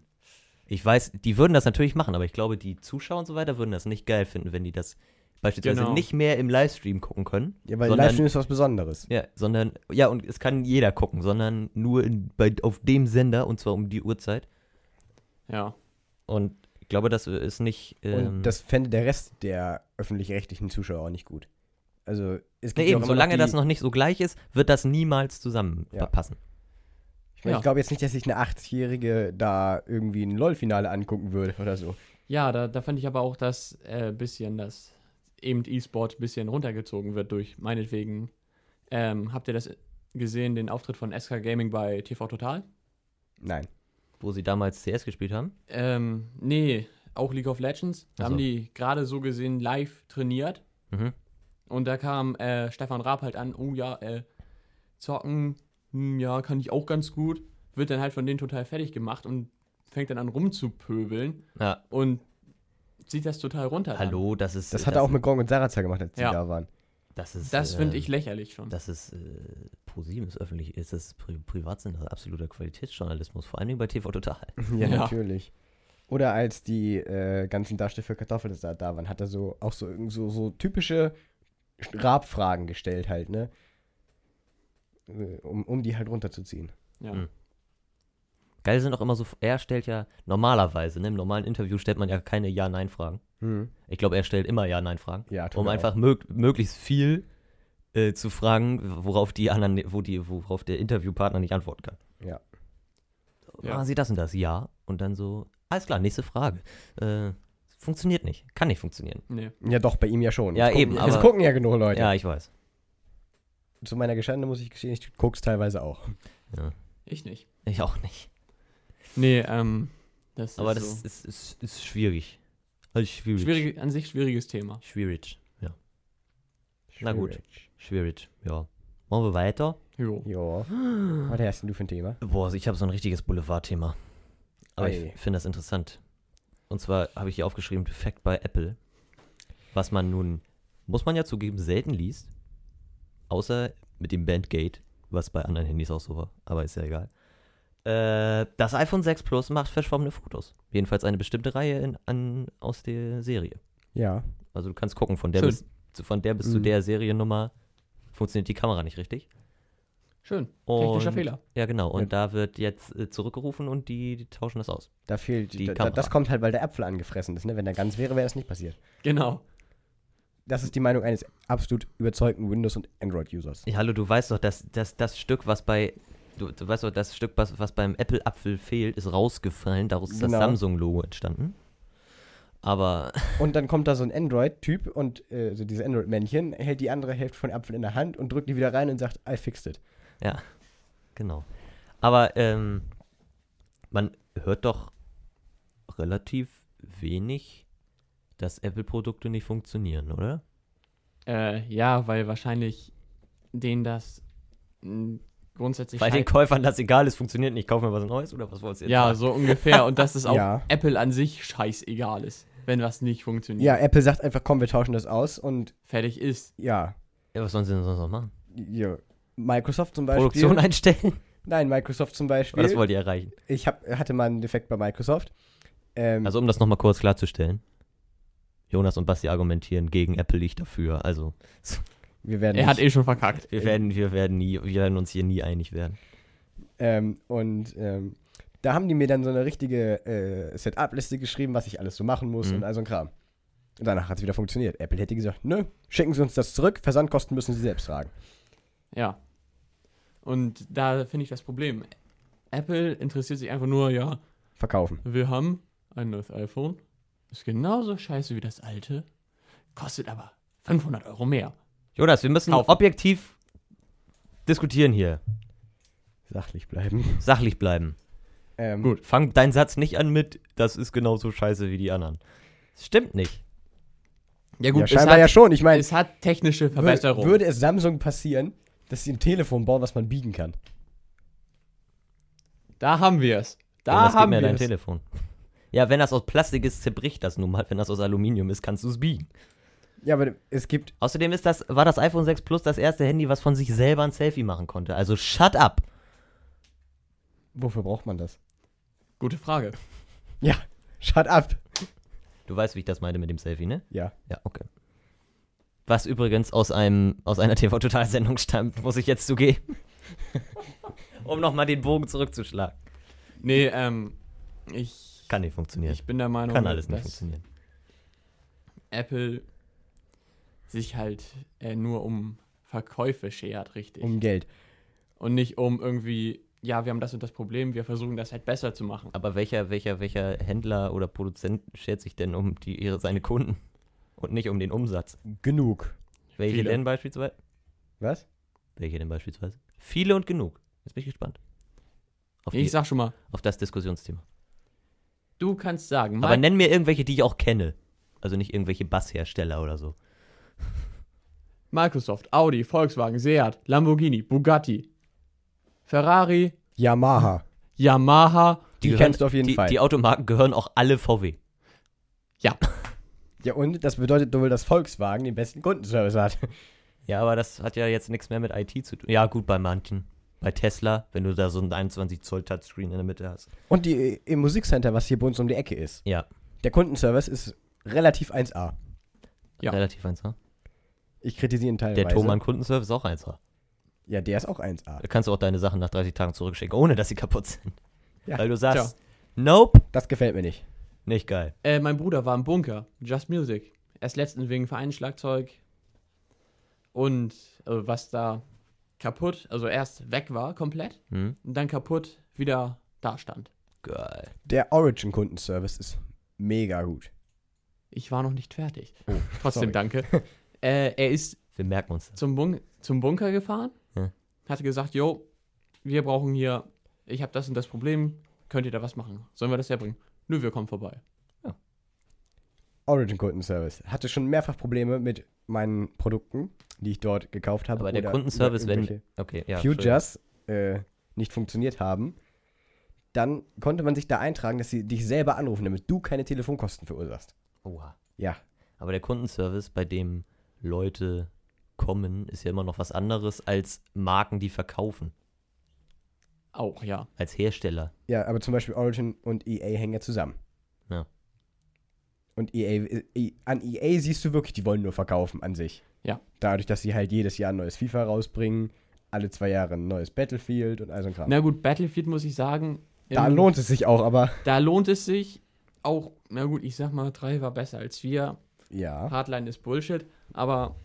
A: Ich weiß, die würden das natürlich machen, aber ich glaube, die Zuschauer und so weiter würden das nicht geil finden, wenn die das beispielsweise
C: Genau.
A: nicht mehr im Livestream gucken können.
B: Ja, weil
A: Sondern-
B: Livestream ist was Besonderes.
A: Ja, sondern, ja, und es kann jeder gucken, sondern nur in, bei, auf dem Sender und zwar um die Uhrzeit.
C: Ja.
A: Und glaube, das ist nicht. ähm,
B: Und das fände der Rest der öffentlich-rechtlichen Zuschauer auch nicht gut. Also, es gibt
A: nee,
B: ja auch
A: eben,
B: immer
A: solange
B: die,
A: das noch nicht so gleich ist, wird das niemals
B: Ja.
A: zusammenpassen.
B: Ich, meine,
C: Ja.
B: ich glaube jetzt nicht, dass sich eine 80-Jährige da irgendwie ein LOL-Finale angucken würde oder so.
C: Ja, da, da fand ich aber auch, dass äh, bisschen das eben E-Sport ein bisschen runtergezogen wird durch meinetwegen. Ähm, habt ihr das gesehen, den Auftritt von SK Gaming bei TV Total?
B: Nein.
A: Wo sie damals CS gespielt haben.
C: Ähm, nee, auch League of Legends. Da
A: Ach so.
C: haben die gerade so gesehen live trainiert.
A: Mhm.
C: Und da kam äh, Stefan Raab halt an, oh ja, äh, zocken, hm, ja, kann ich auch ganz gut. Wird dann halt von denen total fertig gemacht und fängt dann an rumzupöbeln
A: Ja,
C: und zieht das total runter. dann.
A: hallo, das ist.
B: Das hat er auch mit Gong und Saraza gemacht, als die
C: Ja.
B: da waren.
A: Das, ist,
C: Das finde
A: ähm,
C: ich lächerlich
B: Hm.
C: schon.
A: Das ist äh, ProSieben ist öffentlich, ist das Pri Privatsinn, das ist absoluter Qualitätsjournalismus, vor allen Dingen bei TV Total.
B: Ja,
C: Ja.
B: natürlich. Oder als die äh, ganzen Darsteller für Kartoffeln da, da waren, hat er so auch so, irgend so, so typische Rabfragen gestellt halt, ne? Äh, Um, um die halt runterzuziehen.
C: ja.
A: Mhm. Geil sind auch immer so, er stellt ja normalerweise, ne, im normalen Interview stellt man ja keine Ja-Nein-Fragen. Ich glaube, er stellt immer Ja-Nein-Fragen,
B: Ja, tut
A: Hm. um
B: er
A: einfach mög möglichst viel äh, zu fragen, worauf die anderen, wo die, worauf der Interviewpartner nicht antworten kann.
B: Ja.
C: Ja.
A: Machen Sie das und das, ja. Und dann so, alles klar, nächste Frage. Äh, funktioniert nicht, kann nicht funktionieren.
C: Nee.
B: Ja, doch, bei ihm ja schon.
A: Ja,
B: Es gucken,
A: eben,
B: Es
A: aber-
B: gucken ja genug Leute.
A: Ja, ich weiß.
B: Zu meiner Geschande muss ich gestehen, ich guck's teilweise auch.
C: Ich nicht.
A: Ich auch nicht.
C: Nee, ähm, das
A: Aber
C: ist
A: das
C: so.
A: ist, ist, ist, ist schwierig. Also schwierig.
C: Schwierig, an sich schwieriges Thema.
A: Schwierig. Ja. Na gut.
B: Schwierig.
A: Schwierig. Ja. Machen wir weiter.
C: Jo.
B: Ja. Was hast denn du für ein Thema?
A: Boah, also ich habe so ein richtiges Boulevardthema. Aber
B: Ei.
A: ich finde das interessant. Und zwar habe ich hier aufgeschrieben, Defekt bei Apple. Was man nun, muss man ja zugeben, selten liest. Außer mit dem Bandgate, was bei anderen Handys auch so war. Aber ist ja egal. Äh, das iPhone 6 Plus macht verschwommene Fotos. Jedenfalls eine bestimmte Reihe in, an, aus der Serie.
B: Ja.
A: Also du kannst gucken, von der
C: Schön.
A: bis, zu- von der bis zu
B: Mhm.
A: der Seriennummer funktioniert die Kamera nicht richtig.
C: Schön.
A: Und,
C: Technischer Fehler.
A: Ja, genau. Und
B: Ja.
A: da wird jetzt äh, zurückgerufen und die, die tauschen das aus.
B: Da fehlt.
A: Die
B: da,
A: Kamera.
B: das kommt halt, weil der Apfel angefressen ist, ne? Wenn der ganz wäre, wäre das nicht passiert.
C: Genau.
B: Das ist die Meinung eines absolut überzeugten Windows- und Android-Users.
A: Ja, hallo, du weißt doch, dass, dass das Stück, was bei du, du weißt doch, das Stück, was, was beim Apple-Apfel fehlt, ist rausgefallen. Daraus ist das
B: Genau.
A: Samsung-Logo entstanden. Aber
B: Und dann kommt da so ein Android-Typ und äh, so dieses Android-Männchen hält die andere Hälfte von Apfel in der Hand und drückt die wieder rein und sagt, I fixed it.
A: Genau. Aber ähm, man hört doch relativ wenig, dass Apple-Produkte nicht funktionieren, oder?
C: Äh, ja, weil wahrscheinlich denen das mh, grundsätzlich.
A: Weil den
C: schei-
A: Käufern das egal ist, funktioniert nicht, kaufen wir was Neues oder was wolltest du jetzt
C: halt ja,
A: sagen?
C: so ungefähr. Und dass es auch
B: Ja.
C: Apple an sich scheißegal ist, wenn was nicht funktioniert.
B: Ja, Apple sagt einfach, komm, wir tauschen das aus und
C: Fertig ist.
B: ja,
A: Ja, was sollen sie denn sonst noch machen?
B: ja. Microsoft zum Beispiel.
A: Produktion einstellen?
B: Nein, Microsoft zum
A: Weil das
B: Beispiel.
A: wollt ihr erreichen.
B: Ich hab, hatte mal einen Defekt bei Microsoft. Ähm,
A: Also um das nochmal kurz klarzustellen. Jonas und Basti argumentieren gegen Apple, ich dafür. Also
B: wir werden
C: Er hat
B: nicht,
C: eh schon verkackt.
A: wir werden, wir werden nie, wir werden uns hier nie einig werden.
B: ähm, und ähm, da haben die mir dann so eine richtige äh, Setup-Liste geschrieben, was ich alles so machen muss
A: Mhm.
B: und all so ein Kram. Und danach hat es wieder funktioniert. Apple hätte gesagt, nö, schicken Sie uns das zurück, Versandkosten müssen Sie selbst tragen.
C: Ja. Und da finde ich das Problem. Apple interessiert sich einfach nur, ja,
B: Verkaufen.
C: wir haben ein neues iPhone. Ist genauso scheiße wie das alte. Kostet aber 500 Euro mehr.
A: Jonas, wir müssen
C: Kaufen.
A: objektiv diskutieren hier.
B: Sachlich bleiben.
A: Sachlich bleiben.
B: Ähm,
C: Gut.
A: Fang deinen Satz nicht an mit, das ist genauso scheiße wie die anderen. Das stimmt nicht.
C: Ja
B: Ja,
C: gut, es,
B: scheinbar
C: hat,
B: ja schon. Ich meine,
C: es hat technische
B: würde,
C: Verbesserungen.
B: würde es Samsung passieren, dass sie ein Telefon bauen, was man biegen kann?
C: Da haben wir es. Da
A: Jonas, gib
C: haben
A: mir
C: wir
A: dein
C: es.
A: Telefon. Ja, wenn das aus Plastik ist, zerbricht das nun mal. Wenn das aus Aluminium ist, kannst du es biegen.
B: Ja, aber es gibt,
A: Außerdem ist das, war das iPhone 6 Plus das erste Handy, was von sich selber ein Selfie machen konnte. Also shut up.
B: wofür braucht man das?
C: Gute Frage.
B: Ja, shut up.
A: Du weißt, wie ich das meinte mit dem Selfie, ne?
B: Ja.
A: Ja, okay. Was übrigens aus, einem, aus einer TV-Total-Sendung stammt, muss ich jetzt zugeben. um nochmal den Bogen zurückzuschlagen.
C: Nee, ähm, ich
A: Kann nicht funktionieren.
C: Ich bin der Meinung,
A: Kann alles nicht
C: dass
A: funktionieren.
C: Apple sich halt äh, nur um Verkäufe schert, richtig.
B: um Geld.
C: und nicht um irgendwie, ja, wir haben das und das Problem, wir versuchen das halt besser zu machen.
A: Aber welcher, welcher, welcher Händler oder Produzent schert sich denn um die, ihre, seine Kunden und nicht um den Umsatz?
B: Genug.
A: Welche
C: Viele.
A: denn beispielsweise?
B: Was?
A: Welche denn beispielsweise? Viele und genug. Jetzt bin ich gespannt. Auf, die,
C: ich sag schon mal,
A: auf das Diskussionsthema.
C: du kannst sagen,
A: Aber
C: Mike-
A: nenn mir irgendwelche, die ich auch kenne. Also nicht irgendwelche Basshersteller oder so.
C: Microsoft, Audi, Volkswagen, Seat, Lamborghini, Bugatti, Ferrari,
B: Yamaha.
C: Yamaha.
B: Die kennst du auf jeden
A: die,
B: Fall.
A: Die Automarken gehören auch alle VW.
B: Ja, und das bedeutet wohl, dass Volkswagen den besten Kundenservice hat.
A: Ja, aber das hat ja jetzt nichts mehr mit IT zu tun. Ja, gut, bei manchen. Bei Tesla, wenn du da so einen 21 Zoll Touchscreen in der Mitte hast.
B: Und die im Musikcenter, was hier bei uns um die Ecke ist.
A: Ja,
B: Der Kundenservice ist relativ 1A.
C: Ja.
A: relativ einfach.
B: Ich kritisiere ihn teilweise.
A: Der Thomann Kundenservice auch einfach.
B: Ja, der ist auch 1A.
A: Da kannst du auch deine Sachen nach 30 Tagen zurückschicken, ohne dass sie kaputt sind.
B: Ja,
A: Weil du sagst, nope,
B: Das gefällt mir nicht.
A: nicht geil.
C: Äh, mein Bruder war im Bunker, Just Music. Erst letztens wegen Vereinsschlagzeug und äh, was da kaputt, also erst weg war komplett
A: Hm?
C: und dann kaputt wieder da stand.
A: Geil.
B: Der Origin Kundenservice ist mega gut.
C: Ich war noch nicht fertig.
B: Oh, sorry.
C: Trotzdem danke. Äh, er ist
A: Wir merken uns das.
C: zum, Bun zum Bunker gefahren,
A: Ja.
C: hatte gesagt, jo, wir brauchen hier, ich habe das und das Problem, könnt ihr da was machen? Sollen wir das herbringen? Nö, wir kommen vorbei.
B: Origin Kundenservice. Hatte schon mehrfach Probleme mit meinen Produkten, die ich dort gekauft habe.
A: Aber der
B: oder
A: Kundenservice,
B: über
A: wenn.
B: irgendwelche
A: Okay, ja.
B: Futures äh, nicht funktioniert haben, dann konnte man sich da eintragen, dass sie dich selber anrufen, damit du keine Telefonkosten verursachst.
A: Entschuldigung. Oha.
B: Ja.
A: Aber der Kundenservice, bei dem Leute kommen, ist ja immer noch was anderes als Marken, die verkaufen.
C: Auch, ja.
A: Als Hersteller.
B: Ja, aber zum Beispiel Origin und EA hängen ja zusammen.
A: Ja.
B: Und E EA, i- an EA siehst du wirklich, die wollen nur verkaufen an sich.
C: Ja.
B: Dadurch, dass sie halt jedes Jahr ein neues FIFA rausbringen, alle zwei Jahre ein neues Battlefield und all so ein Kram.
C: Na gut, Battlefield muss ich sagen,
B: da
C: im-
B: lohnt es sich auch, aber
C: da lohnt es sich auch, na gut, ich sag mal, 3 war besser als 4.
B: ja,
C: Hardline ist Bullshit, aber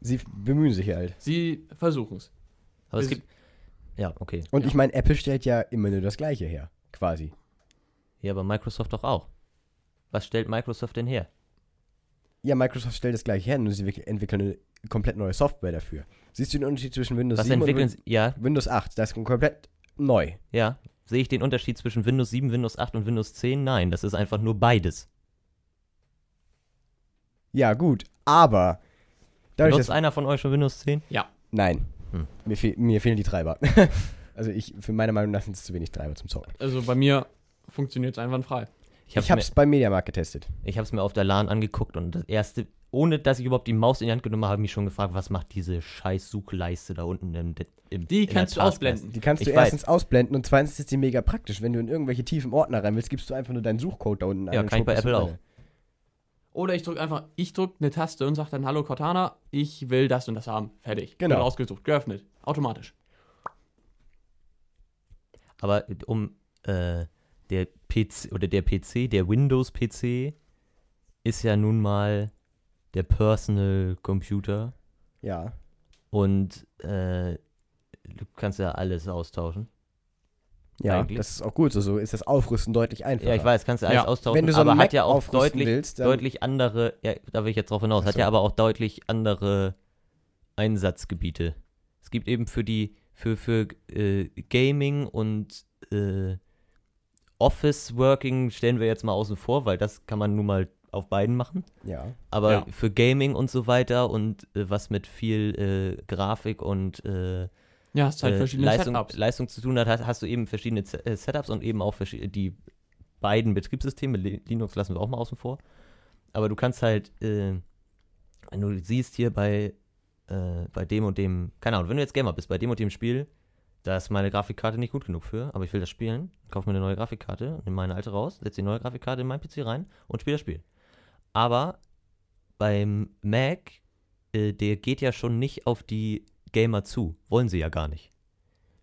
B: sie f- bemühen sich halt.
C: sie versuchen es.
A: Aber Also es
C: Ist-
A: gibt. Ja, okay.
B: Und
C: Ja.
B: ich meine, Apple stellt ja immer nur das Gleiche her, quasi.
A: Ja, aber Microsoft doch auch. Was stellt Microsoft denn her?
B: Ja, Microsoft stellt das Gleiche her, nur sie wick- entwickeln eine komplett neue Software dafür. Siehst du den Unterschied zwischen Windows
A: Was
B: 7 und
A: entwickeln
B: Win-
A: sie? Ja,
B: Windows 8? Das ist komplett neu.
A: ja. Sehe ich den Unterschied zwischen Windows 7, Windows 8 und Windows 10? Nein, das ist einfach nur beides.
B: Ja, gut, aber dadurch, dass
A: Benutzt einer von euch schon Windows 10?
B: Nein.
A: Hm.
B: Mir, fehl, mir fehlen die Treiber. also ich, für meine Meinung nach sind es zu wenig Treiber zum Zocken.
C: Also bei mir funktioniert es einwandfrei.
A: Ich hab's,
B: Ich habe es beim Mediamarkt getestet.
A: mir, ich hab's mir auf der LAN angeguckt und das erste, ohne dass ich überhaupt die Maus in die Hand genommen habe, habe ich mich schon gefragt, was macht diese scheiß Suchleiste da unten im, im
C: Die
A: in der
C: kannst du
A: Taskleiste?
C: ausblenden.
B: Die kannst du
A: Ich weiß.
B: erstens ausblenden und zweitens ist die mega praktisch. Wenn du in irgendwelche tiefen Ordner rein willst, gibst du einfach nur deinen Suchcode da unten
A: Ja,
B: und
A: kann ich bei
B: schwupp bist du
A: Apple auch.
B: drinne.
C: Oder ich drücke einfach, ich drücke eine Taste und sage dann, hallo Cortana, ich will das und das haben. Fertig.
B: Genau.
C: Wird rausgesucht, geöffnet. Automatisch.
A: Aber um äh, der PC oder der PC, der Windows PC ist ja nun mal der Personal Computer
B: Ja.
A: und äh, du kannst ja alles austauschen.
B: Ja,
A: Eigentlich.
B: das ist auch gut. So, so ist das Aufrüsten deutlich einfacher.
A: Ja, ich weiß, kannst du alles
C: Ja.
A: austauschen,
B: Wenn du so einen
A: aber
B: Mac
A: hat ja auch
B: aufrüsten
A: deutlich
B: willst, dann
A: deutlich andere, ja, da will ich jetzt drauf hinaus, hat
B: Achso.
A: ja aber auch deutlich andere Einsatzgebiete. Es gibt eben für die, für, für äh, Gaming und äh, Office Working stellen wir jetzt mal außen vor, weil das kann man nun mal auf beiden machen.
B: ja.
A: Aber
C: Ja.
A: für Gaming und so weiter und äh, was mit viel äh, Grafik und äh,
C: Ja, hast halt
A: äh,
C: verschiedene
A: Leistung,
C: Setups.
A: Leistung zu tun hat, hast, hast du eben verschiedene Z äh, Setups und eben auch verschi- die beiden Betriebssysteme. Li- Linux lassen wir auch mal außen vor. Aber du kannst halt, äh, wenn du siehst hier bei, äh, bei dem und dem, keine Ahnung, wenn du jetzt Gamer bist, bei dem und dem Spiel, da ist meine Grafikkarte nicht gut genug für, aber ich will das spielen, kauf mir eine neue Grafikkarte, nehme meine alte raus, setze die neue Grafikkarte in meinen PC rein und spiele das Spiel. Aber beim Mac, äh, der geht ja schon nicht auf die Gamer zu. Wollen sie ja gar nicht.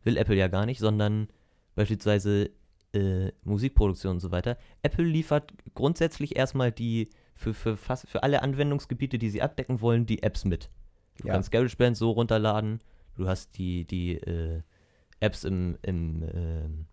A: Will Apple ja gar nicht, sondern beispielsweise äh, äh, Musikproduktion und so weiter. Apple liefert grundsätzlich erstmal die für, für, fast, für alle Anwendungsgebiete, die sie abdecken wollen, die Apps mit. Du
B: Ja.
A: kannst GarageBand so runterladen, du hast die, die äh, Apps im, im ähm,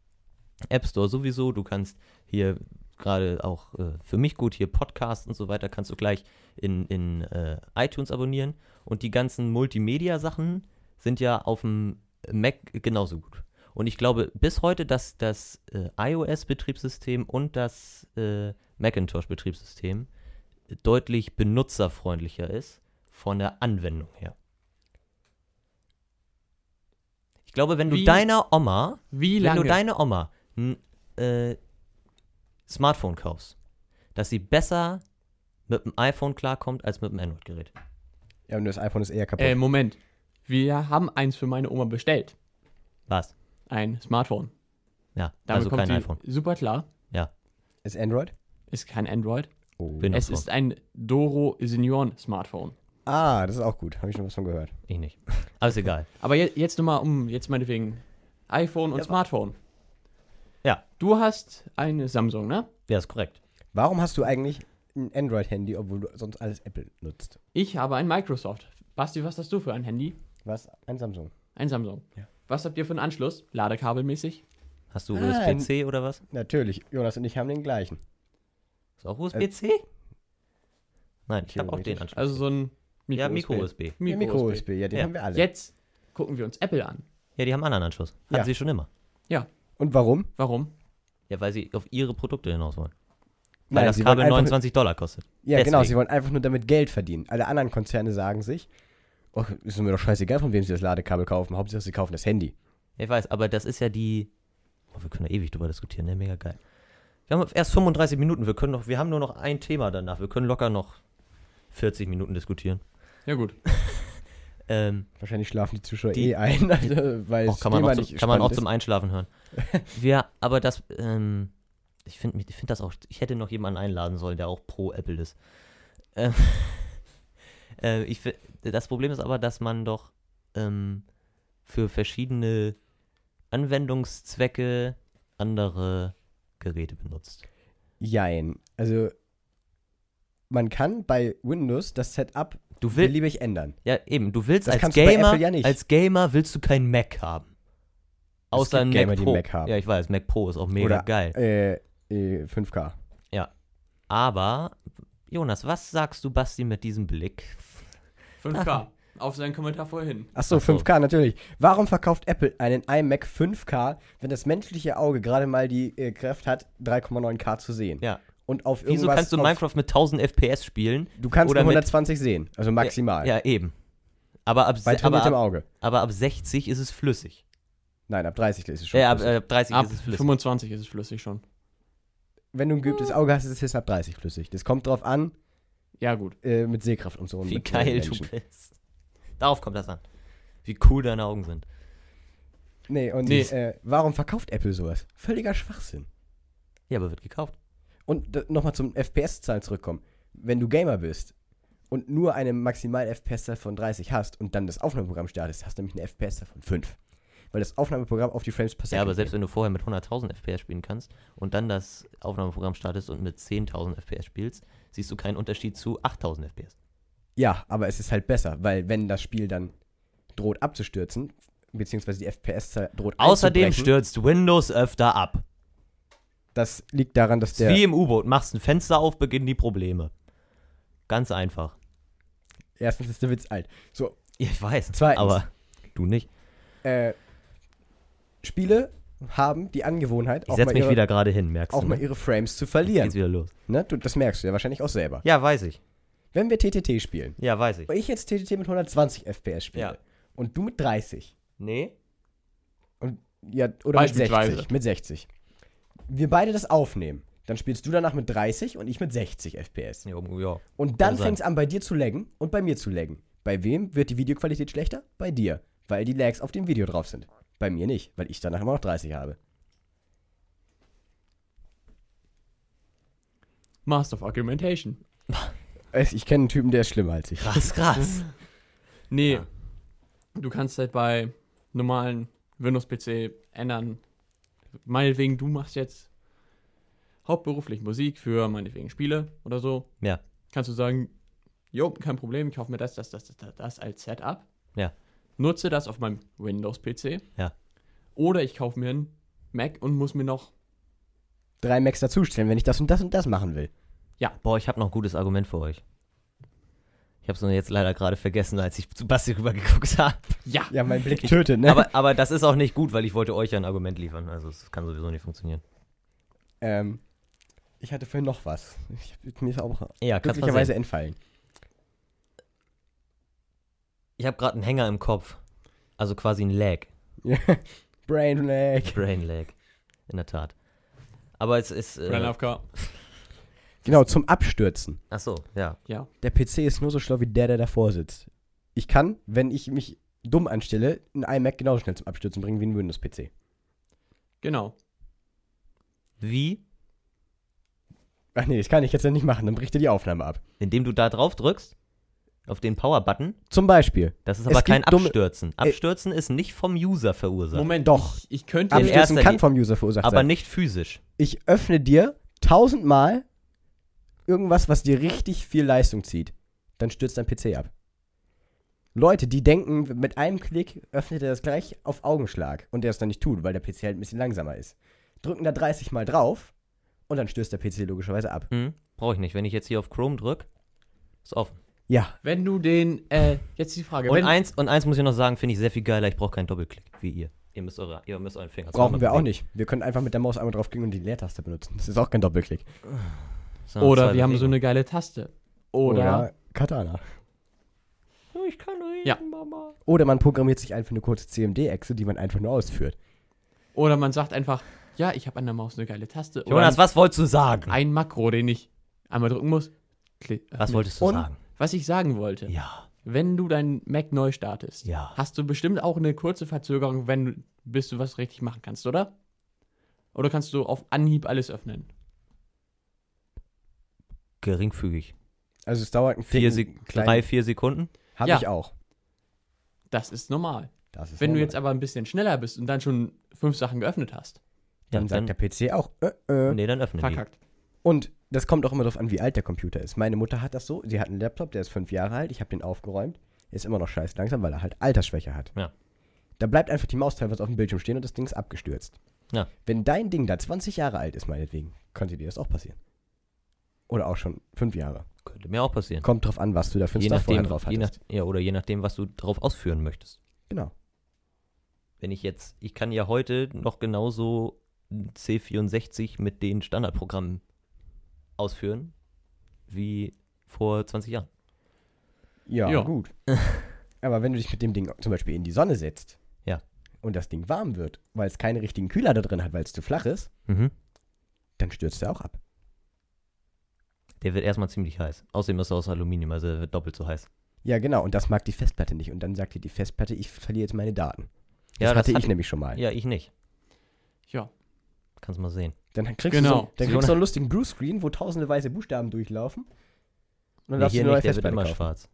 A: App Store sowieso, du kannst hier gerade auch äh, für mich gut hier Podcasts und so weiter, kannst du gleich in, in äh, iTunes abonnieren und die ganzen Multimedia-Sachen sind ja auf dem Mac genauso gut. Und ich glaube bis heute, dass das äh, iOS-Betriebssystem und das äh, Macintosh-Betriebssystem deutlich benutzerfreundlicher ist von der Anwendung her. Ich glaube, wenn du
C: Wie-
A: deiner Oma,
C: Wie
A: wenn
C: lange?
A: du deiner Oma ein äh, Smartphone kaufst, dass sie besser mit dem iPhone klarkommt als mit dem Android-Gerät.
B: Ja, und das iPhone ist eher kaputt.
A: Ähm,
C: äh, Moment. Wir haben eins für meine Oma bestellt.
A: Was?
C: Ein Smartphone.
A: Ja,
C: Damit
A: also kein
C: sie
A: iPhone.
C: Super klar.
B: ist Android?
C: Ist kein Android.
B: Oh.
A: Bin-
C: Es
A: Smartphone.
C: ist ein Doro Senioren Smartphone.
B: Ah, das ist auch gut. Habe ich schon was von gehört.
A: Ich nicht. Aber ist egal.
C: Aber je, jetzt nochmal um, jetzt meinetwegen iPhone und
B: Ja, wa-
C: Smartphone.
A: Ja.
C: Du hast eine Samsung, ne?
A: Ja, ist korrekt.
B: Warum hast du eigentlich ein Android-Handy, obwohl du sonst alles Apple nutzt?
C: Ich habe ein Microsoft. Basti, was hast du für ein Handy?
B: Was? Ein Samsung.
C: Ein Samsung.
B: Ja.
C: Was habt ihr für einen Anschluss? Ladekabelmäßig?
A: Hast du
B: Ah,
A: USB-C oder was?
B: Natürlich. Jonas und ich haben den gleichen.
A: Ist
B: Äh,
A: auch USB-C? Nein, ich habe auch den
B: Theoretisch.
A: Anschluss.
C: Also so ein Mikro
A: ja, Micro-USB.
B: Der
C: Micro-USB.
B: Mikro-USB. Ja, den
A: Ja.
B: haben wir alle.
C: Jetzt gucken wir uns Apple an.
A: Ja, die haben anderen Anschluss. Hatten
B: Ja.
A: sie schon immer.
B: Und warum?
C: Warum?
A: Ja, weil sie auf ihre Produkte hinaus wollen. Weil das
B: wollen
A: Kabel
B: einfach-
A: 29 Dollar kostet.
B: Ja, genau.
A: Deswegen.
B: Sie wollen einfach nur damit Geld verdienen. Alle anderen Konzerne sagen sich, oh, ist mir doch scheißegal, von wem sie das Ladekabel kaufen. Hauptsache, sie kaufen das Handy.
A: Ich weiß, aber das ist ja die. Oh, wir können da ewig drüber diskutieren, ne? Mega geil. Wir haben erst 35 Minuten, wir können noch, wir haben nur noch ein Thema danach. Wir können locker noch 40 Minuten diskutieren.
C: Ja gut.
A: Ähm,
B: Wahrscheinlich schlafen die Zuschauer
A: Die-
B: eh ein, also, weil
A: auch
B: das
A: kann man
B: Thema
A: auch, zum,
B: nicht
A: kann man auch
B: spannend
A: zum Einschlafen hören. Ja, aber das, ähm, ich finde ich find das auch, ich hätte noch jemanden einladen sollen, der auch pro Apple ist. Ähm, äh, ich, fi- das Problem ist aber, dass man doch ähm, für verschiedene Anwendungszwecke andere Geräte benutzt.
B: ist. Jein. Also, man kann bei Windows das Setup
A: Du willst,
B: beliebig ändern.
A: ja eben, du willst
B: Das
A: als
B: kannst du bei
A: Gamer,
B: Apple ja nicht.
A: als Gamer willst du keinen Mac haben. Außer ein
B: gibt
A: Mac
B: Gamer, die
A: Pro.
B: Mac haben.
A: Ja, ich weiß, Mac Pro ist auch mega
B: Oder-
A: geil.
B: Äh, äh 5K.
A: Aber, Jonas, was sagst du Basti mit diesem Blick?
C: 5K. Auf seinen Kommentar vorhin.
B: Achso,
A: Ach so.
B: 5K natürlich. Warum verkauft Apple einen iMac 5K, wenn das menschliche Auge gerade mal die äh, Kraft hat, 3,9K zu sehen?
A: Ja.
B: Und auf
A: Wieso
B: irgendwas
A: kannst du
B: auf-
A: Minecraft mit 1000 FPS spielen?
B: Du kannst
A: oder
B: nur
A: mit-
B: 120 sehen, also maximal.
A: Ja, eben. Aber ab,
B: Bei
A: se- aber,
B: trainiertem
A: ab,
B: Auge.
A: aber ab 60 ist es flüssig.
B: Nein, ab 30 ist es schon.
A: Äh, ab,
B: flüssig.
A: äh, ab 30
C: Ab
A: ist es flüssig.
C: 25 ist es flüssig schon.
B: Wenn du ein geübtes Auge hast, ist es ab 30 flüssig. Das kommt drauf an,
C: Ja gut.
B: äh, mit Sehkraft und so. und
A: Wie
B: mit
A: geil du
B: Menschen.
A: bist. Darauf kommt das an. Wie cool deine Augen sind.
B: Nee, und
C: Nee.
B: Äh, warum verkauft Apple sowas? Völliger Schwachsinn.
A: Ja, aber wird gekauft.
B: Und nochmal zum FPS-Zahlen zurückkommen. Wenn du Gamer bist und nur eine maximale FPS-Zahl von 30 hast und dann das Aufnahmeprogramm startest, hast du nämlich eine FPS-Zahl von 5. Weil das Aufnahmeprogramm auf die Frames per
A: Ja, aber
B: Second
A: selbst wenn du vorher mit 100.000 FPS spielen kannst und dann das Aufnahmeprogramm startest und mit 10.000 FPS spielst, siehst du keinen Unterschied zu 8.000 FPS.
B: geht. Ja, aber es ist halt besser, weil wenn das Spiel dann droht abzustürzen, beziehungsweise die FPS-Zahl droht
A: Außerdem
B: einzubrechen,
A: stürzt Windows öfter ab.
B: Das liegt daran, dass
A: Ist wie
B: der
A: im U-Boot. Machst ein Fenster auf, beginnen die Probleme. Ganz einfach.
B: erstens ist der Witz alt. So,
A: Ja, Ich weiß.
B: Zweitens.
A: Aber du nicht.
B: äh, Spiele haben die Angewohnheit,
A: Ich
B: auch
A: setz
B: mal,
A: mich
B: ihre,
A: wieder gerade hin, merkst
B: auch
A: du.
B: mal
A: ne?
B: ihre Frames zu
A: Jetzt geht's
B: verlieren.
A: wieder los.
B: Ne? Du, das merkst du ja wahrscheinlich auch selber.
A: Ja, weiß ich.
B: Wenn wir TTT spielen,
A: Ja, weiß ich.
B: Weil ich jetzt TTT mit 120 FPS spiele
A: Ja.
B: und du mit 30
A: Nee?
B: ja, oder mit
C: Beispielsweise.
B: 60, mit 60, wir beide das aufnehmen, dann spielst du danach mit 30 und ich mit 60 FPS.
A: Ja, um- ja.
B: Und dann
A: Kann sein.
B: fängt es an, bei dir zu laggen und bei mir zu laggen. Bei wem wird die Videoqualität schlechter? Bei dir, weil die Lags auf dem Video drauf sind. Bei mir nicht, weil ich danach immer noch 30 habe.
C: Master of Argumentation.
B: Es- Ich kenne einen Typen, der ist schlimmer als ich.
A: Krass, krass.
C: Nee.
A: Ja.
C: Du kannst halt bei normalen Windows-PC ändern, meinetwegen, du machst jetzt hauptberuflich Musik für meinetwegen Spiele oder so.
A: Ja.
C: Kannst du sagen, jo, kein Problem, ich kaufe mir das, das, das, das, das, das als Setup.
A: Ja.
C: Nutze das auf meinem Windows-PC.
A: Ja.
C: Oder ich kaufe mir einen Mac und muss mir noch
B: Drei Macs dazustellen, wenn ich das und das und das machen will.
A: Boah, ich habe noch ein gutes Argument für euch. Ich habe es nur jetzt leider gerade vergessen, als ich zu Basti rübergeguckt habe.
C: Ja,
B: Ja, mein Blick tötet, ne?
A: Aber, aber das ist auch nicht gut, weil ich wollte euch ja ein Argument liefern. Also es kann sowieso nicht funktionieren.
B: ähm, ich hatte vorhin noch was. Ich, mir ist auch
A: Ja, kannst mal
B: glücklicherweise
A: sehen.
B: entfallen.
A: Ich habe gerade einen Hänger im Kopf. Also quasi ein Lag.
B: Brain lag.
A: Brain Lag. In der Tat. Aber es ist.
C: Run
A: Äh,
C: AFK.
B: Genau, zum Abstürzen.
A: ach so, ja.
B: Der PC ist nur so schlau wie der, der davor sitzt. Ich kann, wenn ich mich dumm anstelle, einen iMac genauso schnell zum Abstürzen bringen wie einen Windows-PC.
C: Genau.
A: Wie?
B: Ach nee, das kann ich jetzt ja nicht machen, dann bricht dir die Aufnahme ab.
A: Indem du da drauf drückst, auf den Power-Button.
B: Zum Beispiel.
A: Das ist
B: Es
A: aber kein
B: gibt dumme-
A: Abstürzen. Abstürzen ist nicht vom User verursacht.
C: Moment,
B: Doch.
C: Ich, ich könnte
A: Ab-
C: jetzt,
B: Abstürzen
A: erster
B: kann
A: Linie.
B: vom User verursacht
A: aber
B: sein.
A: nicht physisch.
B: Ich öffne dir tausendmal irgendwas, was dir richtig viel Leistung zieht. Dann stürzt dein PC ab. Leute, die denken, mit einem Klick öffnet er das gleich auf Augenschlag und der es dann nicht tut, weil der PC halt ein bisschen langsamer ist. Drücken da 30 Mal drauf und dann stürzt der PC logischerweise ab.
A: Hm, Brauche ich nicht. Wenn ich jetzt hier auf Chrome drücke, ist offen.
B: Ja,
C: wenn du den, äh, jetzt die Frage,
A: Und
C: wenn,
A: eins, und eins muss ich noch sagen, finde ich sehr viel geiler. Ich brauche keinen Doppelklick, wie ihr. Ihr müsst, eure, ihr müsst euren Finger
B: brauchen wir auch nicht. Wir können einfach mit der Maus einmal draufklicken und die Leertaste benutzen. Das ist auch kein Doppelklick.
C: oder wir haben so eine geile Taste. Oder,
B: Katana.
A: Ich kann reden,
C: Ja.
A: Mama.
B: Oder man programmiert sich einfach eine kurze CMD-Echse, die man einfach nur ausführt.
C: oder, man sagt einfach, ja, ich habe an der Maus eine geile Taste.
A: Jonas,
C: oder
A: was wolltest du sagen?
C: ein Makro, den ich einmal drücken muss. Kli-
A: Was
C: öffnen.
A: wolltest du
B: Und-
A: sagen?
C: Was ich sagen wollte,
A: Ja,
C: wenn du deinen Mac neu startest,
A: ja.
C: hast du bestimmt auch eine kurze Verzögerung, wenn du, bis du was richtig machen kannst, oder? Oder kannst du auf Anhieb alles öffnen?
A: Geringfügig.
B: Also es dauert ein
A: Vier Sek drei, vier Sekunden?
B: Habe
C: Ja.
B: ich auch.
C: Das ist normal.
B: Das ist
C: Wenn du
B: normal.
C: jetzt aber ein bisschen schneller bist und dann schon fünf Sachen geöffnet hast,
A: Ja,
B: dann sagt der PC auch. Äh, äh.
A: nee, dann öffnen die.
C: verkackt.
B: Und das kommt auch immer darauf an, wie alt der Computer ist. Meine Mutter hat das so. Sie hat einen Laptop, der ist fünf Jahre alt. Ich habe den aufgeräumt. Ist immer noch scheiß langsam, weil er halt Altersschwäche hat.
A: Ja.
B: Da bleibt einfach die Maus teilweise auf dem Bildschirm stehen und das Ding ist abgestürzt.
A: Ja.
B: Wenn dein Ding da 20 Jahre alt ist, meinetwegen, könnte dir das auch passieren. Oder auch schon fünf Jahre.
A: Könnte mir auch passieren.
B: Kommt drauf an, was du da für einen
A: Je
B: Stuff vorher
A: nachdem,
B: drauf
A: je nach,
B: hattest.
A: ja, oder je nachdem, was du drauf ausführen möchtest.
B: Genau.
A: Wenn ich jetzt, ich kann ja heute noch genauso ein C64 mit den Standardprogrammen ausführen, wie vor 20 Jahren.
B: Ja,
C: Ja.
B: gut. Aber wenn du dich mit dem Ding zum Beispiel in die Sonne setzt
A: Ja.
B: und das Ding warm wird, weil es keinen richtigen Kühler da drin hat, weil es zu flach ist,
A: Mhm.
B: dann stürzt er auch ab.
A: Der wird erstmal ziemlich heiß. Außerdem ist er aus Aluminium, also er wird doppelt so heiß.
B: Ja, genau. Und das mag die Festplatte nicht. Und dann sagt dir die Festplatte, ich verliere jetzt meine Daten. Das,
A: Ja, das
B: hatte
A: hat-
B: ich nämlich schon mal.
A: Ja, ich nicht.
C: Ja,
A: Kannst mal sehen.
B: Dann kriegst
C: Genau.
B: du so, dann
C: So
B: kriegst du
C: eine-
B: so einen lustigen Blue-Screen, wo tausende weiße Buchstaben durchlaufen. Und dann
A: Nee,
B: darfst du
A: hier
B: eine neue
A: nicht, der wird
B: Festplatte
A: immer
B: kaufen.
A: schwarz.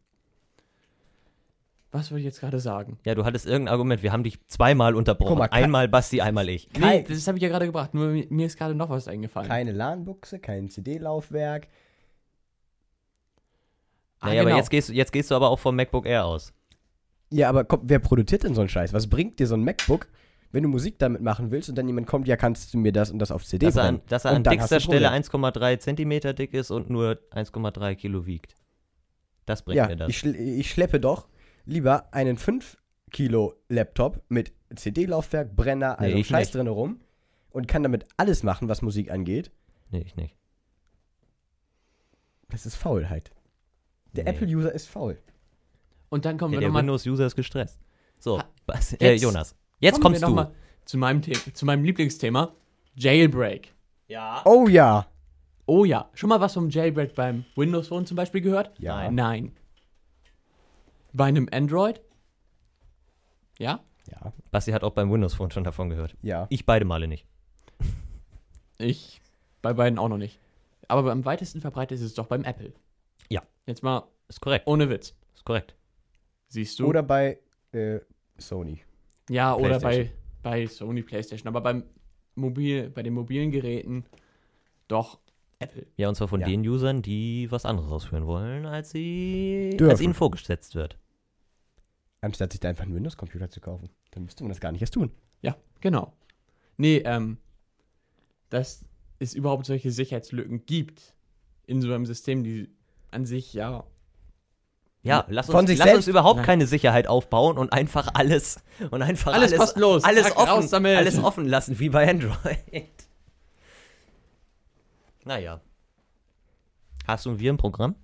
C: was würde ich jetzt gerade sagen?
A: Ja, du hattest irgendein Argument. Wir haben dich zweimal unterbrochen.
B: Guck mal, kein-
A: einmal Basti, einmal ich.
B: Kein-
C: nee, das habe ich ja gerade gebracht, nur mi- mir ist gerade noch was eingefallen.
B: Keine LAN-Buchse, kein CD-Laufwerk.
C: Ah,
A: naja,
C: genau.
A: aber jetzt gehst, du- jetzt gehst du aber auch vom MacBook Air aus.
B: Ja, aber komm, wer produziert denn so einen Scheiß? Was bringt dir so ein MacBook, wenn du Musik damit machen willst und dann jemand kommt, ja, kannst du mir das und das auf CD
A: Dass er an,
B: brennen?
A: dass er
B: Und
A: an
B: dann hast du
A: dickster
B: ein Problem.
A: Stelle 1,3 Zentimeter dick ist und nur 1,3 Kilo wiegt. Das bringt
B: ja,
A: mir das.
B: Ich, schl- ich schleppe doch lieber einen 5 Kilo Laptop mit CD-Laufwerk, Brenner,
A: Nee,
B: also
A: ich
B: Scheiß
A: nicht.
B: drin rum und kann damit alles machen, was Musik angeht.
A: Nee, ich nicht.
B: Das ist Faulheit. Der
A: Nee.
B: Apple-User ist faul.
C: Und dann kommen
A: Ja,
C: wir
A: der
C: nochmal
A: Windows-User ist gestresst. So,
C: Ha-
A: Basti, äh,
C: jetzt
A: Jonas. Jetzt kommst
C: wir
A: du.
C: noch mal zu meinem, The zu meinem Lieblingsthema, Jailbreak.
A: Ja.
B: Oh ja.
C: Oh ja, schon mal was vom Jailbreak beim Windows Phone zum Beispiel gehört?
B: Ja.
C: Nein. Nein. Bei einem Android? Ja,
B: Ja,
A: Basti hat auch beim Windows Phone schon davon gehört.
B: ja.
A: Ich beide Male nicht.
C: ich bei beiden auch noch nicht. Aber am weitesten verbreitet ist es doch beim Apple.
A: Ja.
C: Jetzt mal
A: Ist korrekt.
C: ohne Witz.
A: Ist korrekt.
C: Siehst du?
B: Oder bei äh, Sony.
C: ja, oder bei,
A: PlayStation.
C: bei Sony PlayStation. Aber beim mobil, bei den mobilen Geräten doch Apple.
A: Ja, und zwar von
B: Ja.
A: den Usern, die was anderes ausführen wollen, als sie als
B: Dürfen.
A: ihnen vorgesetzt wird.
B: Anstatt sich da einfach einen Windows-Computer zu kaufen. Dann müsste man das gar nicht erst tun.
C: Ja, genau. Nee, ähm, dass es überhaupt solche Sicherheitslücken gibt in so einem System, die an sich ja
A: Ja, lass uns,
B: Von sich
A: lass uns
B: selbst?
A: überhaupt
C: Nein.
A: keine Sicherheit aufbauen und einfach alles und einfach
C: Alles
A: alles,
C: kostenlos.
A: alles
C: Zack, raus
A: offen,
C: damit.
A: alles offen lassen wie bei Android. Naja. Hast du ein Virenprogramm?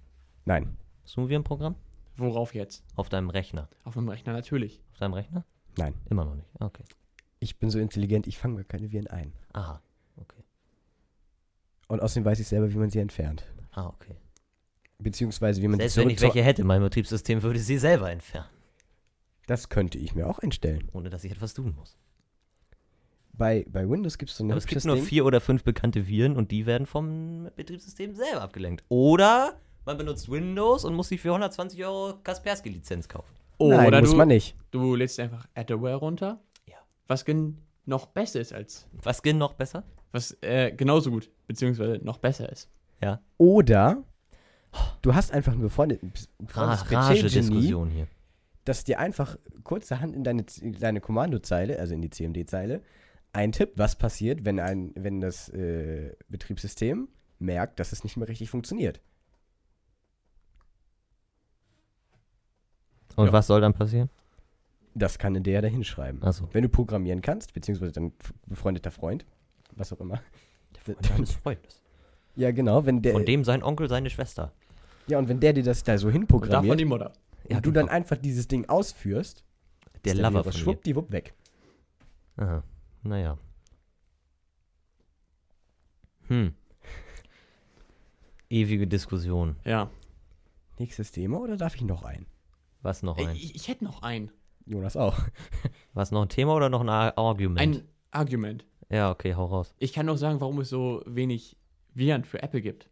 B: Nein.
A: Hast du ein Virenprogramm?
C: worauf jetzt?
A: Auf deinem Rechner.
C: Auf dem Rechner natürlich.
A: Auf deinem Rechner?
B: Nein.
A: Immer noch nicht. Okay.
B: Ich bin so intelligent, ich fange mir keine Viren ein.
A: Aha.
B: Und außerdem weiß ich selber, wie man sie entfernt.
A: Ah, okay.
B: Beziehungsweise wie man
A: Selbst
B: sie
A: wenn ich welche hätte, mein Betriebssystem würde sie selber entfernen,
B: Das könnte ich mir auch einstellen.
A: ohne dass ich etwas tun muss.
B: Bei, bei Windows gibt es so ein
A: Aber es gibt
B: hübsches
A: nur
B: Ne? Ding.
A: vier oder fünf bekannte Viren und die werden vom Betriebssystem selber abgelenkt. Oder man benutzt Windows und muss sich für 120 Euro Kaspersky-Lizenz kaufen.
B: Nein,
C: Oder
B: muss
C: du,
B: man nicht.
C: du lädst einfach Adware runter.
A: Ja.
C: Was gen noch besser ist als
A: Was ging noch besser?
C: was äh, genauso gut beziehungsweise noch besser ist.
B: Oder du hast einfach einen befreundeten,
A: Ra
B: befreundetes PC-Genie,
A: Rage-Diskussion hier.
B: das dir einfach kurzerhand in deine, Z- deine Kommandozeile, also in die CMD-Zeile, eintippt, was passiert, wenn, ein, wenn das äh, Betriebssystem merkt, dass es nicht mehr richtig funktioniert.
A: Und
C: Ja.
A: was soll dann passieren?
B: Das kann in der da hinschreiben.
A: Achso.
B: Wenn du programmieren kannst, beziehungsweise dein f- befreundeter Freund, was auch immer.
A: Deines Freundes.
B: Ja, genau, wenn der.
A: Von dem sein Onkel, seine Schwester.
B: Ja, und wenn der dir das da so
C: Und davon
B: hinprogrammiert
C: die
B: und,
C: Mutter.
A: Ja,
B: du
A: genau.
B: dann einfach dieses Ding ausführst,
A: der
B: ist
A: Lover
B: Virus
A: von mir.
B: schwuppdiwupp weg.
A: Aha. Naja. Hm. Ewige Diskussion.
C: Ja.
B: Nächstes Thema oder darf ich noch ein?
A: Was
B: Oh
A: noch
C: Äh,
A: ein?
C: Ich, ich hätte noch ein
B: Jonas auch.
A: Was noch ein Thema oder noch ein Ar- Argument?
C: ein Argument.
A: ja, okay, hau raus.
C: Ich kann noch sagen, warum es so wenig Viren für Apple gibt.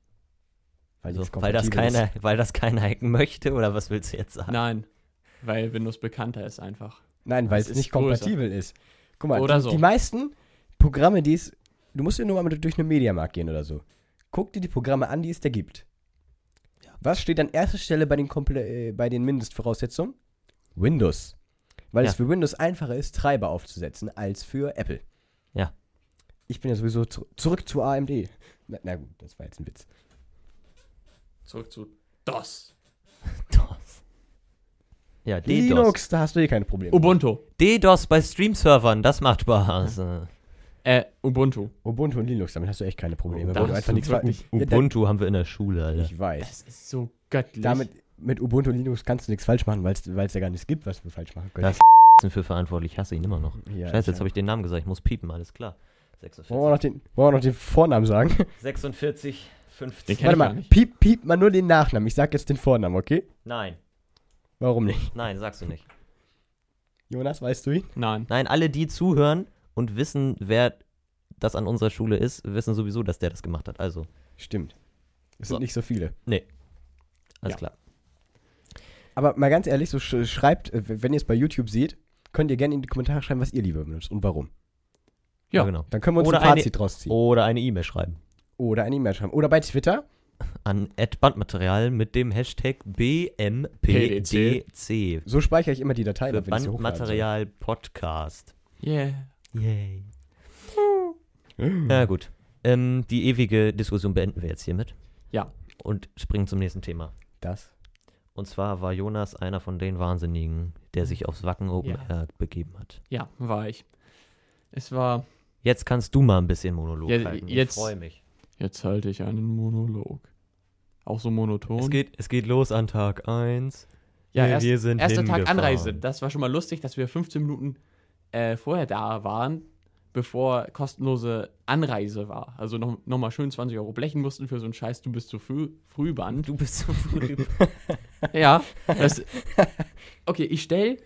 B: Weil,
A: So,
B: nichts
A: Also, weil, das
B: kompatibel
A: keiner, weil das keiner hacken möchte oder was willst du jetzt sagen?
C: Nein, weil Windows bekannter ist einfach.
B: ist. Nein, weil
C: Das
B: es
C: ist
B: nicht
C: größer.
B: kompatibel ist. Guck mal,
C: Oder
B: die,
C: so.
B: die meisten Programme, die es. Du musst ja nur mal durch einen Mediamarkt gehen oder so. Guck dir die Programme an, die es da gibt. Was steht an erster Stelle bei den, Komple äh, bei den Mindestvoraussetzungen? Windows. Weil es
A: Ja.
B: für Windows einfacher ist, Treiber aufzusetzen als für Apple.
A: Ja.
B: Ich bin ja sowieso zu zurück zu AMD. Na, na gut, das war jetzt ein Witz.
C: Zurück zu DOS.
A: DOS. Ja, DDoS.
B: Linux, da hast du eh keine Probleme.
C: Ubuntu.
A: DDoS bei Stream-Servern, das macht Spaß. Äh,
C: Äh, Ubuntu.
B: Ubuntu und Linux, damit hast du echt keine Probleme.
C: Oh, Da
B: weil du
C: hast
B: einfach
C: du
B: nichts ver-
C: wirklich-
B: Ja, da-
A: Ubuntu haben wir in der Schule, Alter.
B: Ich weiß.
C: Das ist so göttlich.
B: Damit, mit Ubuntu und Linux kannst du nichts falsch machen, weil es ja gar nichts gibt, was wir falsch machen können.
A: Das sind für verantwortlich, ich hasse ihn immer noch.
B: Ja,
A: Scheiße,
B: ich- Oh.
A: jetzt habe ich den Namen gesagt, ich muss piepen, alles klar.
B: Wollen wir, noch
A: 46,
B: den, wollen wir noch den Vornamen sagen?
A: 46
C: Den
A: 50.
C: kenn
B: Warte
C: ich gar
B: mal,
C: nicht.
B: piep, piep mal nur den Nachnamen. Ich sag jetzt den Vornamen, okay?
A: Nein,
B: Warum nicht?
A: nein, sagst du nicht.
B: Jonas, weißt du ihn?
C: Nein.
A: Nein, alle, die zuhören und wissen, wer das an unserer Schule ist, wissen sowieso, dass der das gemacht hat. Also,
B: Stimmt. Es
A: So.
B: sind nicht so viele.
A: alles
C: Ja.
A: klar.
B: Aber mal ganz ehrlich, so sch schreibt, äh, wenn ihr es bei YouTube seht, könnt ihr gerne in die Kommentare schreiben, was ihr lieber benutzt und warum.
C: Ja.
A: genau.
B: Dann können wir uns
A: Oder
B: ein Fazit draus ziehen.
A: Oder eine E-Mail schreiben.
B: Oder eine E-Mail schreiben. Oder bei Twitter.
A: An Bandmaterial mit dem Hashtag BMPDC.
B: So speichere ich immer die Datei,
A: Für
B: ab, wenn ich sie hochladen soll.
A: Bandmaterial Podcast.
C: Yeah.
A: Yay. Na gut. Ähm, die ewige Diskussion beenden wir jetzt hiermit.
C: Ja.
A: Und springen zum nächsten Thema.
B: Das.
A: Und zwar war Jonas einer von den Wahnsinnigen, der sich aufs Wacken Open
C: Ja.
A: Air begeben hat.
C: Ja, war ich. Es war.
A: Jetzt kannst du mal ein bisschen Monolog
C: Ja,
A: halten.
C: jetzt-
A: ich freue mich.
C: Jetzt halte ich einen Monolog. Auch so monoton.
A: Es geht, es geht los an Tag 1.
C: ja, erst,
A: wir sind
C: erster Tag
A: hingefahren.
C: Anreise. Das war schon mal lustig, dass wir 15 Minuten äh, vorher da waren, bevor kostenlose Anreise war. Also nochmal noch mal schön 20 Euro blechen mussten für so einen Scheiß, du bist zu früh, Frühband.
A: Du bist so früh.
C: ja. Das, okay, ich stell,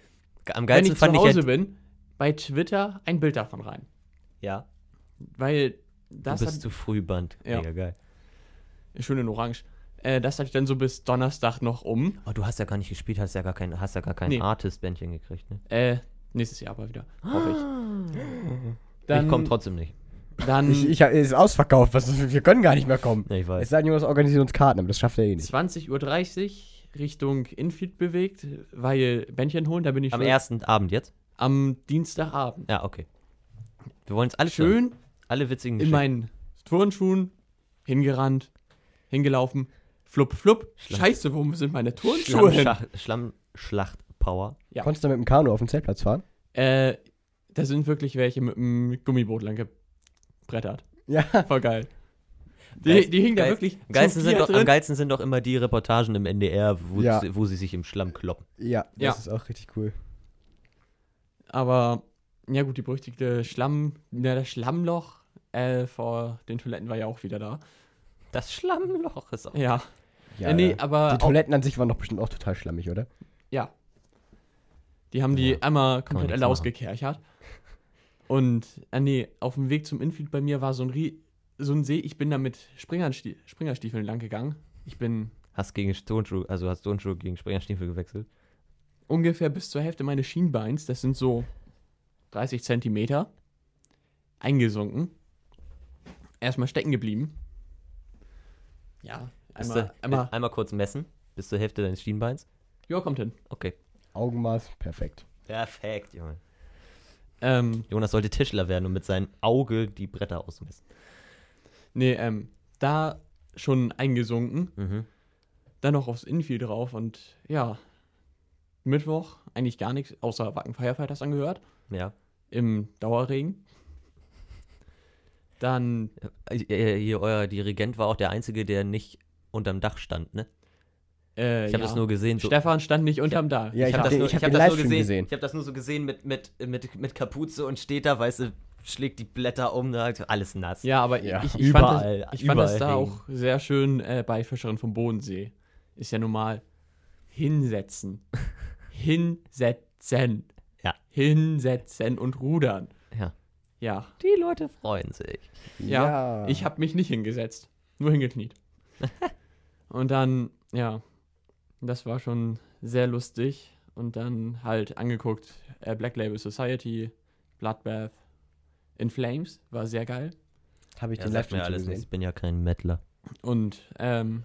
A: Am
C: wenn
A: geilsten
C: ich zu
A: fand ich halt ja,
C: Hause bin, bei Twitter ein Bild davon rein.
A: ja,
C: Weil
A: du
C: das
A: bist
C: hat,
A: zu früh Band.
C: Ja.
A: Mega geil.
C: schön in Orange, äh, das hatte ich dann so bis Donnerstag noch um.
A: Oh, du hast ja gar nicht gespielt, hast ja gar kein, hast ja gar kein
C: Nee.
A: Artist-Bändchen gekriegt, ne?
C: Äh, nächstes Jahr aber wieder, hoffe ich.
A: ich komme trotzdem nicht.
C: Dann
B: Ich, ich, es ist ausverkauft, was, wir können gar nicht mehr kommen.
A: Ja, ich
B: Es
A: weiß.
B: sei denn, Jonas organisiert uns Karten, aber das schafft er eh nicht.
C: 20.30 Uhr Richtung Infield bewegt, weil Bändchen holen, da bin ich
A: Am
C: schon
A: ersten Abend jetzt?
C: am Dienstagabend.
A: Ja, okay. Wir wollen es alle hören.
C: Schön
A: Alle witzigen
C: in meinen Turnschuhen hingerannt, hingelaufen, flupp, flupp.
A: Schlamm.
C: Scheiße, wo sind meine Turnschuhe hin?
A: Schlammschlacht- Schlammschlacht-Power.
C: Ja.
B: Konntest du mit dem Kanu auf den Zeltplatz fahren?
C: Äh, da sind wirklich welche mit einem Gummiboot lang gebrettert.
B: Ja.
C: Voll geil.
A: Geil-
C: Die, die hingen da
A: geil-
C: wirklich
A: Am geilsten,
C: zu
A: sind
C: viert
A: doch, am geilsten sind doch immer die Reportagen im NDR, wo,
B: Ja.
A: wo sie sich im Schlamm kloppen.
B: Ja, das
C: Ja.
B: ist auch richtig cool.
C: Aber, ja gut, die berüchtigte Schlamm, ja, das Schlammloch äh, vor den Toiletten war ja auch wieder da.
A: Das Schlammloch ist auch.
C: Ja,
B: Ja,
C: äh, nee,
B: ja.
C: aber
B: die
C: auch,
B: Toiletten an sich waren doch bestimmt auch total schlammig, oder?
C: ja. Die haben die
A: Ja,
C: einmal
A: man
C: komplett
A: nichts
C: alle
A: machen.
C: ausgekerchert. Und, äh, nee, auf dem Weg zum Infield bei mir war so ein, Rie so ein See, ich bin da mit Springernstie Springerstiefeln lang gegangen. Ich bin
A: Hast gegen Turnschuh, also hast Turnschuh gegen Springerstiefel gewechselt.
C: ungefähr bis zur Hälfte meines Schienbeins, das sind so 30 Zentimeter, eingesunken. Erstmal stecken geblieben. Ja,
A: Bist
C: einmal,
A: du,
C: einmal.
A: einmal kurz messen, bis zur Hälfte deines Schienbeins.
C: Ja, kommt hin.
A: Okay.
B: Augenmaß, perfekt.
A: Perfekt, Junge.
C: Ähm,
A: Jonas sollte Tischler werden und mit seinem Auge die Bretter ausmessen.
C: nee, ähm, da schon eingesunken,
A: Mhm.
C: dann noch aufs Infield drauf und ja, Mittwoch eigentlich gar nichts, außer Wacken Firefighters angehört,
A: Ja.
C: im Dauerregen. Dann,
A: Äh, Hier, euer Dirigent war auch der Einzige, der nicht unterm Dach stand, ne?
C: äh,
A: Ich habe
C: ja.
A: das nur gesehen. So,
C: Stefan stand nicht unterm Dach.
B: Ja, ich
A: hab
B: hab den- ich hab den
A: das nur
B: Livestream gesehen.
A: Ich habe das nur so gesehen mit, mit, mit, mit Kapuze und steht da, weißt du, schlägt die Blätter um, da, alles nass.
C: Ja, aber
B: Ja,
C: ich, ich,
A: überall,
C: fand das, ich fand das da
A: überall
C: auch sehr schön äh, bei Fischerin vom Bodensee. Ist ja normal. Hinsetzen. Hinsetzen.
A: Ja.
C: Hinsetzen und rudern.
A: Ja.
C: Ja.
A: Die Leute freuen sich.
C: Ja, Ich habe mich nicht hingesetzt. Nur hingekniet. und dann, ja, das war schon sehr lustig. Und dann halt angeguckt, äh, Black Label Society, Bloodbath, In Flames, war sehr geil.
B: Habe ich
A: Ja,
B: den
A: sagt mir
B: Livestream
A: alles nichts.
B: gesehen.
A: Ich bin ja kein Mettler.
C: Und ähm,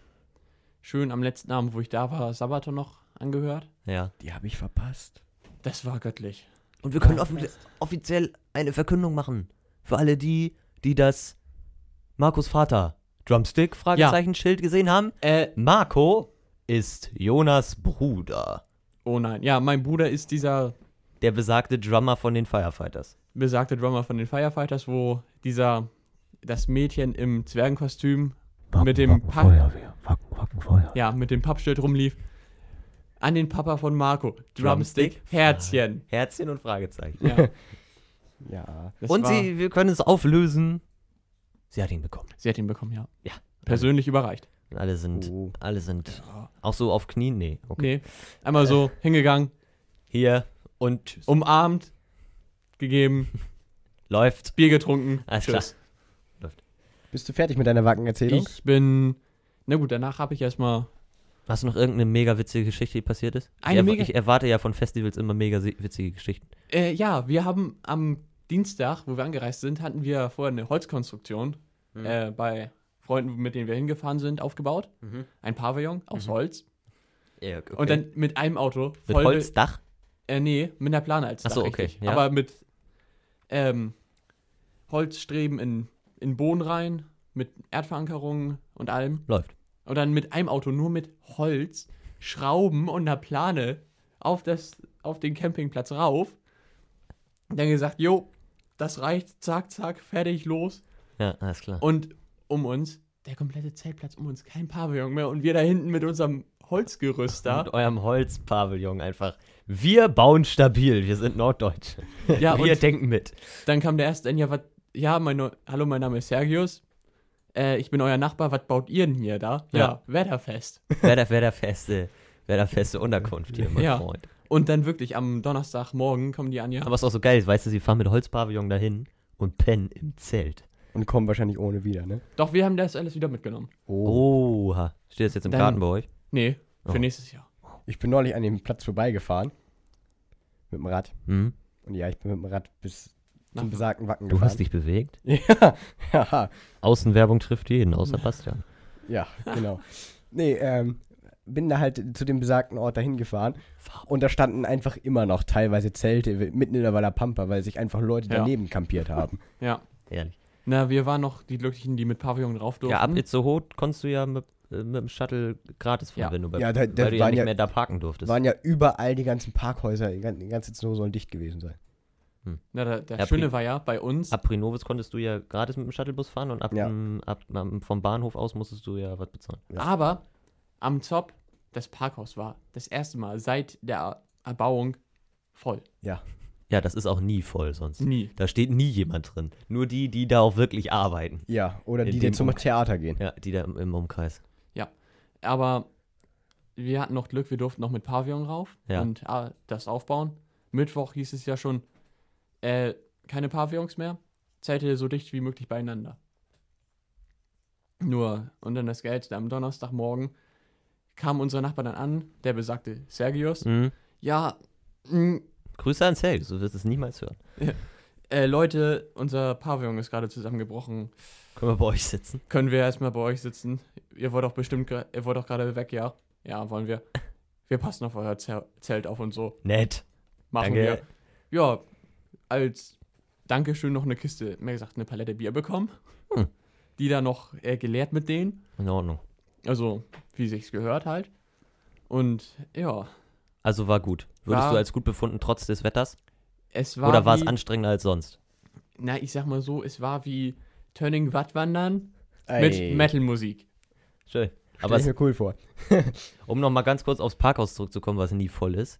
C: schön am letzten Abend, wo ich da war, Sabaton noch angehört.
A: Ja.
B: Die habe ich verpasst.
C: Das war göttlich.
A: Und wir können
C: Ja,
A: offi- offiziell eine Verkündung machen. Für alle die, die das Markus Vater Drumstick Fragezeichen Schild gesehen haben.
C: Äh,
A: Marco ist Jonas Bruder,
C: oh nein. Ja, mein Bruder ist dieser
A: der besagte Drummer von den Firefighters.
C: besagte Drummer von den Firefighters, wo dieser, das Mädchen im Zwergenkostüm mit dem Papp, ja, mit dem Pappschild rumlief. An den Papa von Marco. Drumstick,
A: Drumstick?
C: Herzchen.
A: Herzchen und Fragezeichen.
C: Ja,
B: Ja.
C: das
A: und
C: war-
A: sie, wir können es auflösen. Sie hat ihn bekommen.
C: sie hat ihn bekommen, ja.
A: Ja.
C: Persönlich überreicht.
A: Und alle sind,
B: Oh.
A: alle sind
C: Ja.
A: auch so auf Knien. Nee, okay. Äh.
C: Nee. Einmal so hingegangen,
A: Hier und tschüss.
C: umarmt, gegeben,
A: läuft.
C: Bier getrunken.
A: Alles
C: tschüss.
A: klar.
B: Bist du fertig mit deiner Wackenerzählung?
C: Ich bin. Na gut, danach habe ich erstmal.
A: Hast du noch irgendeine mega witzige Geschichte, die passiert ist?
C: Eine
A: ich, erwa-
C: mega-
A: ich erwarte ja von Festivals immer mega si- witzige Geschichten.
C: Äh, ja, wir haben am Dienstag, wo wir angereist sind, hatten wir vorher eine Holzkonstruktion
A: Hm.
C: äh, bei Freunden, mit denen wir hingefahren sind, aufgebaut.
A: Mhm.
C: Ein Pavillon aus Holz.
A: Ja, okay.
C: Und dann mit einem Auto
A: mit
C: voll.
A: Holzdach?
C: Äh, nee, mit einer Plane als
A: Ach so,
C: Dach,
A: okay,
C: richtig.
A: ja.
C: Aber mit ähm, Holzstreben in, in Boden rein, mit Erdverankerungen und allem.
A: Läuft.
C: Und dann mit einem Auto nur mit Holz, Schrauben und einer Plane auf, das, auf den Campingplatz rauf. Und dann gesagt, jo, das reicht, zack, zack, fertig, los.
A: Ja, alles klar.
C: Und um uns, der komplette Zeltplatz um uns, kein Pavillon mehr. Und wir da hinten mit unserem Holzgerüst da.
A: Mit eurem Holzpavillon einfach. Wir bauen stabil, wir sind Norddeutsche.
C: Ja,
A: wir
C: und
A: denken mit.
C: dann kam der erste, ja, was, ja, mein, Neu- hallo, mein Name ist Sergius. Äh, ich bin euer Nachbar, was baut ihr denn hier da? Ja,
A: Ja.
C: Wetterfest.
A: Wer der, wer der feste, wer der feste Unterkunft hier, mein
C: Ja.
A: Freund.
C: Und dann wirklich am Donnerstagmorgen kommen die an, ja,
A: Aber was auch so geil ist, weißt du, sie fahren mit Holzpavillon dahin und pennen im Zelt.
B: Und kommen wahrscheinlich ohne wieder, ne? Oh.
C: doch, wir haben das alles wieder mitgenommen.
A: Oha. Steht das jetzt im
C: Dann-
A: Garten bei euch?
C: Nee, für
A: Oh.
C: nächstes Jahr.
B: Ich bin neulich an dem Platz vorbeigefahren. Mit dem Rad.
A: Hm?
B: Und ja, ich bin mit dem Rad bis zum besagten Wacken
A: Du hast dich bewegt.
B: Ja, ja,
A: Außenwerbung trifft jeden, außer Bastian.
B: ja, genau. Nee, ähm, bin da halt zu dem besagten Ort dahin gefahren und da standen einfach immer noch teilweise Zelte mitten in der Waller Pampa, weil sich einfach Leute
C: Ja.
B: daneben kampiert haben.
C: Ja.
A: Ehrlich.
C: Na, wir waren noch die Glücklichen, die mit Pavillon drauf durften.
A: Ja, ab Itzehoe konntest du ja mit, äh, mit dem Shuttle gratis fahren,
C: Ja.
A: wenn du bei,
B: Ja, da- da
A: weil du ja
B: waren
A: nicht
B: ja-
A: mehr da parken durftest.
B: Waren ja überall die ganzen Parkhäuser, die ganzen, die ganzen Snow sollen dicht gewesen sein.
C: Na, der der
A: Ja,
C: Schöne
A: prima.
C: war ja bei uns.
A: Ab Prinovitz konntest du ja gratis mit dem Shuttlebus fahren und ab,
B: Ja.
A: dem, ab, am- vom Bahnhof aus musstest du ja was bezahlen.
C: Aber am Zop, das Parkhaus war das erste Mal seit der Erbauung voll.
A: Ja, das ist auch nie voll sonst.
C: Nie.
A: Da steht nie jemand drin. Nur die, die da auch wirklich arbeiten.
B: Ja, oder
A: In
B: die, die
A: dem
B: zum
A: Umkreis.
B: Theater gehen.
A: Ja, die da im, im Umkreis.
C: Aber wir hatten noch Glück, wir durften noch mit Pavillon rauf
A: Ja.
C: und ah, das aufbauen. Mittwoch hieß es ja schon, äh, keine Pavillons mehr, Zelte so dicht wie möglich beieinander. Nur, und dann das Geilste, am Donnerstagmorgen kam unser Nachbar dann an, der besagte Sergius.
A: Mhm.
C: Ja, mm, mh,
A: Grüße an Sales, du wirst es niemals hören.
C: äh, Leute, unser Pavillon ist gerade zusammengebrochen.
A: Können wir bei euch sitzen?
C: Können wir erstmal bei euch sitzen? Ihr wollt doch bestimmt, gra- ihr wollt doch gerade weg, ja? Ja, wollen wir. Wir passen auf euer Zer- Zelt auf und so.
A: Nett.
C: Machen
A: Danke.
C: wir. Ja, als Dankeschön noch eine Kiste, mehr gesagt, eine Palette Bier bekommen.
A: Hm.
C: Die da noch äh, geleert mit denen.
A: In Ordnung.
C: Also, wie sich's gehört halt. Und ja,
A: Also war gut. Würdest
C: War-
A: du als gut befunden, trotz des Wetters?
C: es war.
A: Oder war es
C: wie,
A: anstrengender als sonst?
C: Na, ich sag mal so, es war wie Turning Watt wandern
B: Ey,
C: mit Metal-Musik.
A: Schön.
B: stell
A: Aber
B: ich
A: es,
B: mir cool vor.
A: um noch mal ganz kurz aufs Parkhaus zurückzukommen, was nie voll ist,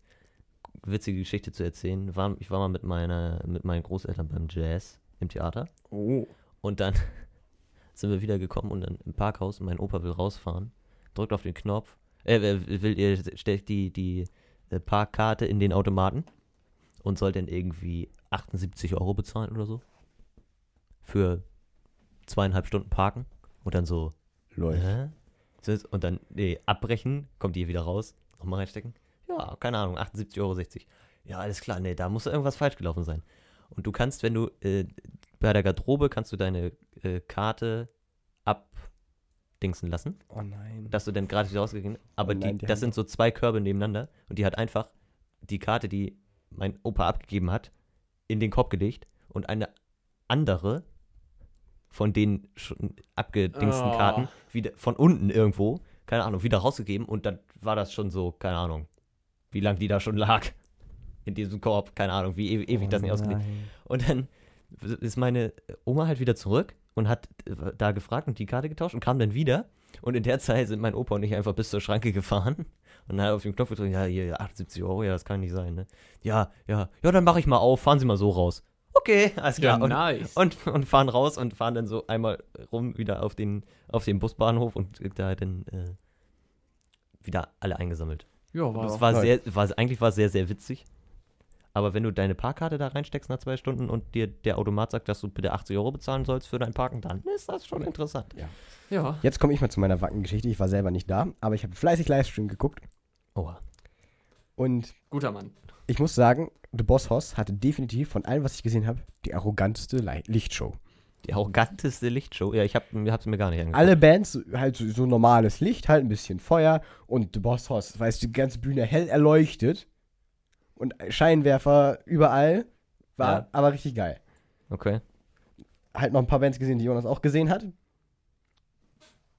A: witzige Geschichte zu erzählen. War, ich war mal mit, meiner, mit meinen Großeltern beim Jazz im Theater.
B: Oh.
A: Und dann sind wir wieder gekommen und dann im Parkhaus. Mein Opa will rausfahren, drückt auf den Knopf, äh, äh, will ihr steckt die die äh, Parkkarte in den Automaten und soll dann irgendwie 78 Euro bezahlen oder so für zweieinhalb Stunden parken und dann so
B: Läuft.
A: hä? So ist- und dann nee, abbrechen, kommt ihr wieder raus, nochmal reinstecken. Ja, keine Ahnung, 78,60 Euro. Ja, alles klar, nee, da muss irgendwas falsch gelaufen sein. Und du kannst, wenn du äh, bei der Garderobe kannst du deine äh, Karte abdingsen lassen,
B: Oh nein.
A: dass du dann gratis wieder rausgehen. Aber
B: Oh nein,
A: die,
B: die
A: das
B: haben-
A: sind so zwei Körbe nebeneinander und die hat einfach die Karte, die mein Opa abgegeben hat, in den Korb gelegt und eine andere von den schon abgedingsten
C: Oh.
A: Karten wieder von unten irgendwo, keine Ahnung, wieder rausgegeben und dann war das schon so, keine Ahnung, wie lang die da schon lag in diesem Korb, keine Ahnung, wie e
B: Oh
A: ewig das nicht ausgelegt. Und dann ist meine Oma halt wieder zurück und hat äh, da gefragt und die Karte getauscht und kam dann wieder. Und in der Zeit sind mein Opa und ich einfach bis zur Schranke gefahren und hat auf den Knopf gedrückt, ja, hier, 78 Euro, ja, das kann nicht sein, ne? Ja, ja, ja, dann mache ich mal auf, fahren Sie mal so raus. Okay, alles
C: Ja,
A: klar. und,
C: nice.
A: und, und fahren raus und fahren dann so einmal rum wieder auf den, auf den Busbahnhof und da dann äh, wieder alle eingesammelt.
C: ja, war
A: Das
C: doch
A: war
B: toll.
A: sehr, war, eigentlich war es sehr, sehr witzig. Aber wenn du deine Parkkarte da reinsteckst nach zwei Stunden und dir der Automat sagt, dass du bitte 80 Euro bezahlen sollst für dein Parken, dann ist das schon interessant.
C: ja.
B: Jetzt komme ich mal zu meiner Wackengeschichte. Ich war selber nicht da, aber ich habe fleißig Livestream geguckt
A: Oha.
B: und
C: guter Mann.
B: ich muss sagen, The Boss Hoss hatte definitiv von allem, was ich gesehen habe, die arroganteste Li- Lichtshow.
A: Die arroganteste Lichtshow. Ja, ich hab, hab's mir gar nicht angeguckt.
B: Alle Bands, halt so, so normales Licht, halt ein bisschen Feuer und The Boss Hoss, weißt du, die ganze Bühne hell erleuchtet und Scheinwerfer überall, war
A: Ja.
B: aber richtig geil.
A: Okay.
B: Halt noch ein paar Bands gesehen, die Jonas auch gesehen hat.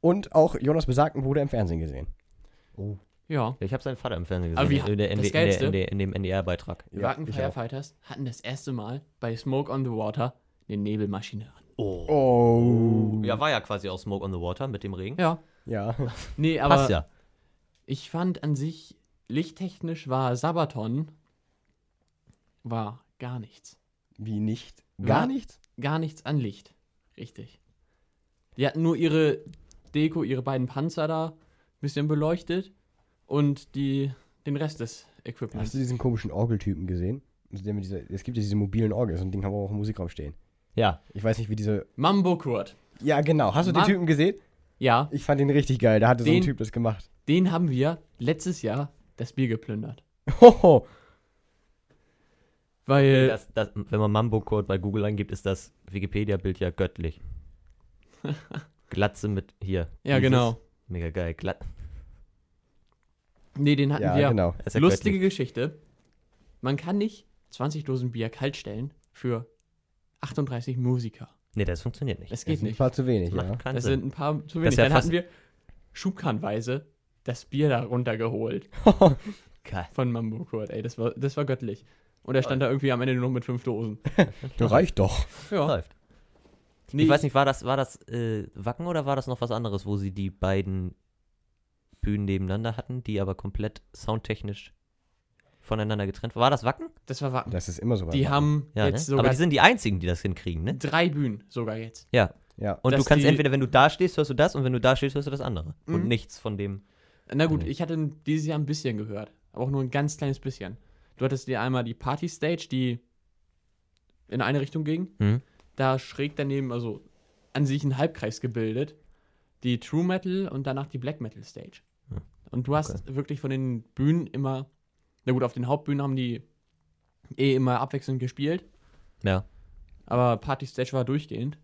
B: Und auch Jonas besagten Bruder im Fernsehen gesehen.
C: Ja.
A: Ja, ich habe seinen Vater im Fernsehen
C: Aber
A: gesehen.
C: wie-
A: in, der, in,
C: das
A: der, in, der,
C: Geilste-
A: in, der, in dem NDR-Beitrag.
C: Die
B: Ja,
C: Wacken
B: ich auch.
C: Firefighters hatten das erste Mal bei Smoke on the Water eine Nebelmaschine an.
A: Oh.
B: Oh.
A: Ja, war ja quasi auch Smoke on the Water mit dem Regen.
C: Ja.
B: Ja.
C: Nee, aber
A: Passt ja.
C: ich fand an sich, lichttechnisch war Sabaton war gar nichts.
B: Wie nicht? Gar
C: Ja.
B: nichts?
C: Gar nichts an Licht. Richtig. Die hatten nur ihre Deko, ihre beiden Panzer da ein bisschen beleuchtet und die, den Rest des
B: Hast
C: Equipments.
B: du diesen komischen Orgeltypen gesehen? Also der mit dieser, es gibt ja diese mobilen Orgel, so ein Ding haben wir auch im Musikraum stehen.
A: Ja.
B: Ich weiß nicht, wie diese.
C: Mambo Kurt.
B: Ja, genau. Hast du
C: Mann.
B: den Typen gesehen?
C: Ja,
B: Ich fand ihn richtig geil. Da hatte so ein
C: Den-
B: Typ das gemacht.
C: den haben wir letztes Jahr das Bier geplündert.
B: Hoho.
C: Weil,
A: Das, das, wenn man Mambo-Code bei Google angibt, ist das Wikipedia-Bild ja göttlich. Glatze mit hier.
C: ja,
A: dieses.
C: genau.
A: Mega geil. Glatt,
C: Nee, den hatten
B: Ja,
C: wir ja
B: genau.
A: das ist ja
C: Lustige
A: göttlich.
C: Geschichte. Man kann nicht 20 Dosen Bier kaltstellen für 38 Musiker.
A: Nee, das funktioniert nicht.
C: Das
B: Das
C: geht
B: sind ein
C: nicht.
B: paar zu wenig,
A: Das macht
B: ja.
A: keinen
C: Das
A: Sinn.
C: sind ein paar zu
A: Das
C: wenig.
A: ist ja
C: Dann
A: fast-
C: hatten wir schubkarrenweise das Bier da runtergeholt
A: Geil.
C: von Mambo Kurt. Ey, das war, das war göttlich. Und er stand da irgendwie am Ende nur noch mit fünf Dosen.
B: Du reicht doch.
C: Ja,
A: Läuft.
C: nee,
A: Ich weiß nicht, war das, war das äh, Wacken oder war das noch was anderes, wo sie die beiden Bühnen nebeneinander hatten, die aber komplett soundtechnisch voneinander getrennt waren? War das Wacken?
C: das war Wacken.
B: Das ist immer so. bei
C: Die
B: Wacken.
C: haben
A: Ja,
C: jetzt
A: ne? Aber
C: sogar
A: die sind die einzigen, die das hinkriegen, ne?
C: drei Bühnen sogar jetzt.
A: Ja.
B: Ja.
A: Und
C: Dass
A: du kannst
C: die-
A: entweder, wenn du da stehst, hörst du das und wenn du da stehst, hörst du das andere. Und
C: Mhm.
A: nichts von dem.
C: Na gut,
A: Mhm.
C: ich hatte dieses Jahr ein bisschen gehört, aber auch nur ein ganz kleines bisschen. Du hattest dir einmal die Party Stage, die in eine Richtung ging.
A: Mhm.
C: Da schräg daneben, also an sich ein Halbkreis gebildet, die True Metal und danach die Black Metal Stage.
A: Hm.
C: Und du hast wirklich von den Bühnen immer, na gut, auf den Hauptbühnen haben die eh immer abwechselnd gespielt,
A: Ja.
C: aber Party Stage war durchgehend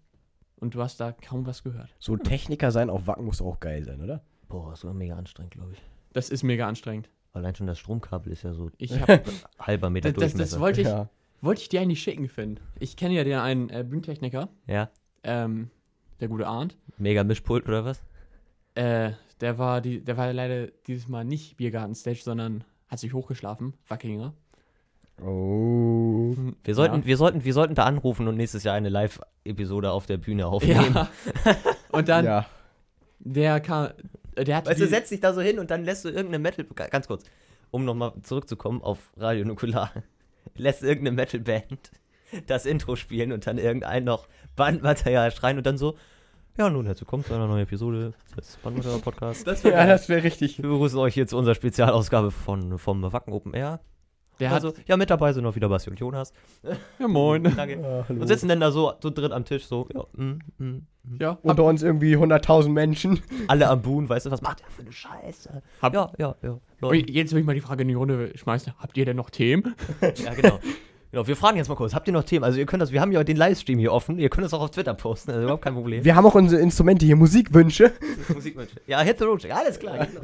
C: und du hast da kaum was gehört.
B: So Techniker sein auf Wacken muss auch geil sein, oder?
A: Boah, das war mega anstrengend, glaube ich.
C: Das ist mega anstrengend.
A: Allein schon das Stromkabel ist ja so
C: Ich hab,
A: halber Meter
C: das, das,
A: Durchmesser.
C: das wollte ich,
B: ja.
C: Wollte ich dir eigentlich schicken, Finn. Ich kenne ja den einen äh, Bühnentechniker,
A: ja.
C: ähm, der gute Arndt.
A: Mega Mischpult oder was?
C: Äh, der war die, der war ja leider dieses Mal nicht Biergarten-Stage, sondern hat sich hochgeschlafen, Wackinger.
B: Oh.
A: Wir sollten,
C: Ja.
A: wir sollten, wir sollten da anrufen und nächstes Jahr eine Live-Episode auf der Bühne aufnehmen.
C: Ja. Und dann,
B: ja.
C: der kam, äh, der hat
A: Weißt du, setz dich da so hin und dann lässt du irgendeine Metal, ganz kurz, um nochmal zurückzukommen auf Radio Nukular, lässt irgendeine Metal-Band das Intro spielen und dann irgendein noch Bandmaterial schreien und dann so, ja, nun herzlich willkommen zu einer neuen Episode des Bandmaterial-Podcasts.
C: das war
B: Ja,
C: geil.
B: das wäre richtig.
A: Wir begrüßen euch jetzt zu unserer Spezialausgabe von, vom Wacken Open Air.
C: der
A: also,
C: hat,
A: ja, mit dabei sind noch wieder Basti und Jonas.
C: ja moin.
A: Danke.
B: Ah, hallo.
A: Und sitzen dann da so zu dritt am Tisch, so, ja, mm, mm.
C: Ja, hab,
B: Unter uns irgendwie 100.000 Menschen.
A: alle am Buhn, weißt du, was macht der für eine Scheiße?
C: hab,
A: Ja, ja, ja.
C: Oh,
A: Leute,
C: jetzt will ich mal die Frage in die Runde schmeißen. Habt ihr denn noch Themen?
A: Ja, genau. genau. Wir fragen jetzt mal kurz, habt ihr noch Themen? Also ihr könnt das, wir haben ja den Livestream hier offen, ihr könnt das auch auf Twitter posten, also überhaupt kein Problem.
B: Wir haben auch unsere Instrumente hier, Musikwünsche.
A: Musikmensch. Ja, Hit the Road, Jack. alles klar. Genau.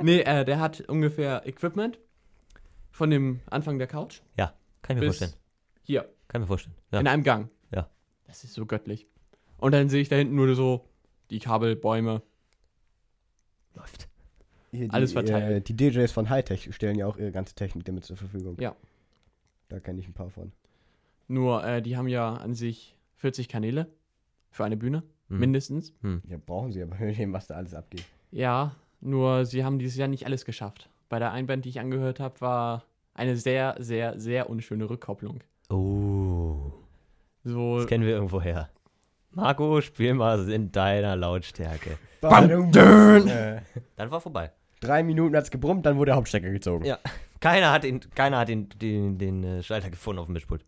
C: nee, äh, der hat ungefähr Equipment von dem Anfang der Couch
A: Kann ich mir
C: bis Genau.
A: vorstellen.
C: hier.
A: Kann ich mir vorstellen. Ja.
C: In einem Gang.
A: Ja.
C: Das ist so göttlich. Und dann sehe ich da hinten nur so die Kabelbäume.
A: Läuft.
B: Hier die,
C: Alles verteilt.
B: Äh, die DJs von Hightech stellen ja auch ihre ganze Technik damit zur Verfügung.
C: Ja.
B: Da kenne ich ein paar von.
C: Nur, äh, die haben ja an sich 40 Kanäle für eine Bühne,
A: Mhm.
C: mindestens.
B: Ja, brauchen sie aber mit dem, was da alles abgeht.
C: Ja, nur sie haben dieses Jahr nicht alles geschafft. Bei der Einband, die ich angehört habe, war eine sehr, sehr, sehr unschöne Rückkopplung.
A: Oh,
C: So,
A: das
C: Äh.
A: kennen wir irgendwo her. Marco, spiel mal in deiner Lautstärke.
B: Badum. Äh,
A: Dann war vorbei.
B: drei Minuten hat's gebrummt, dann wurde der Hauptstecker gezogen.
A: Ja. Keiner hat den, keiner hat den, den, den äh, Schalter gefunden auf dem Mischpult.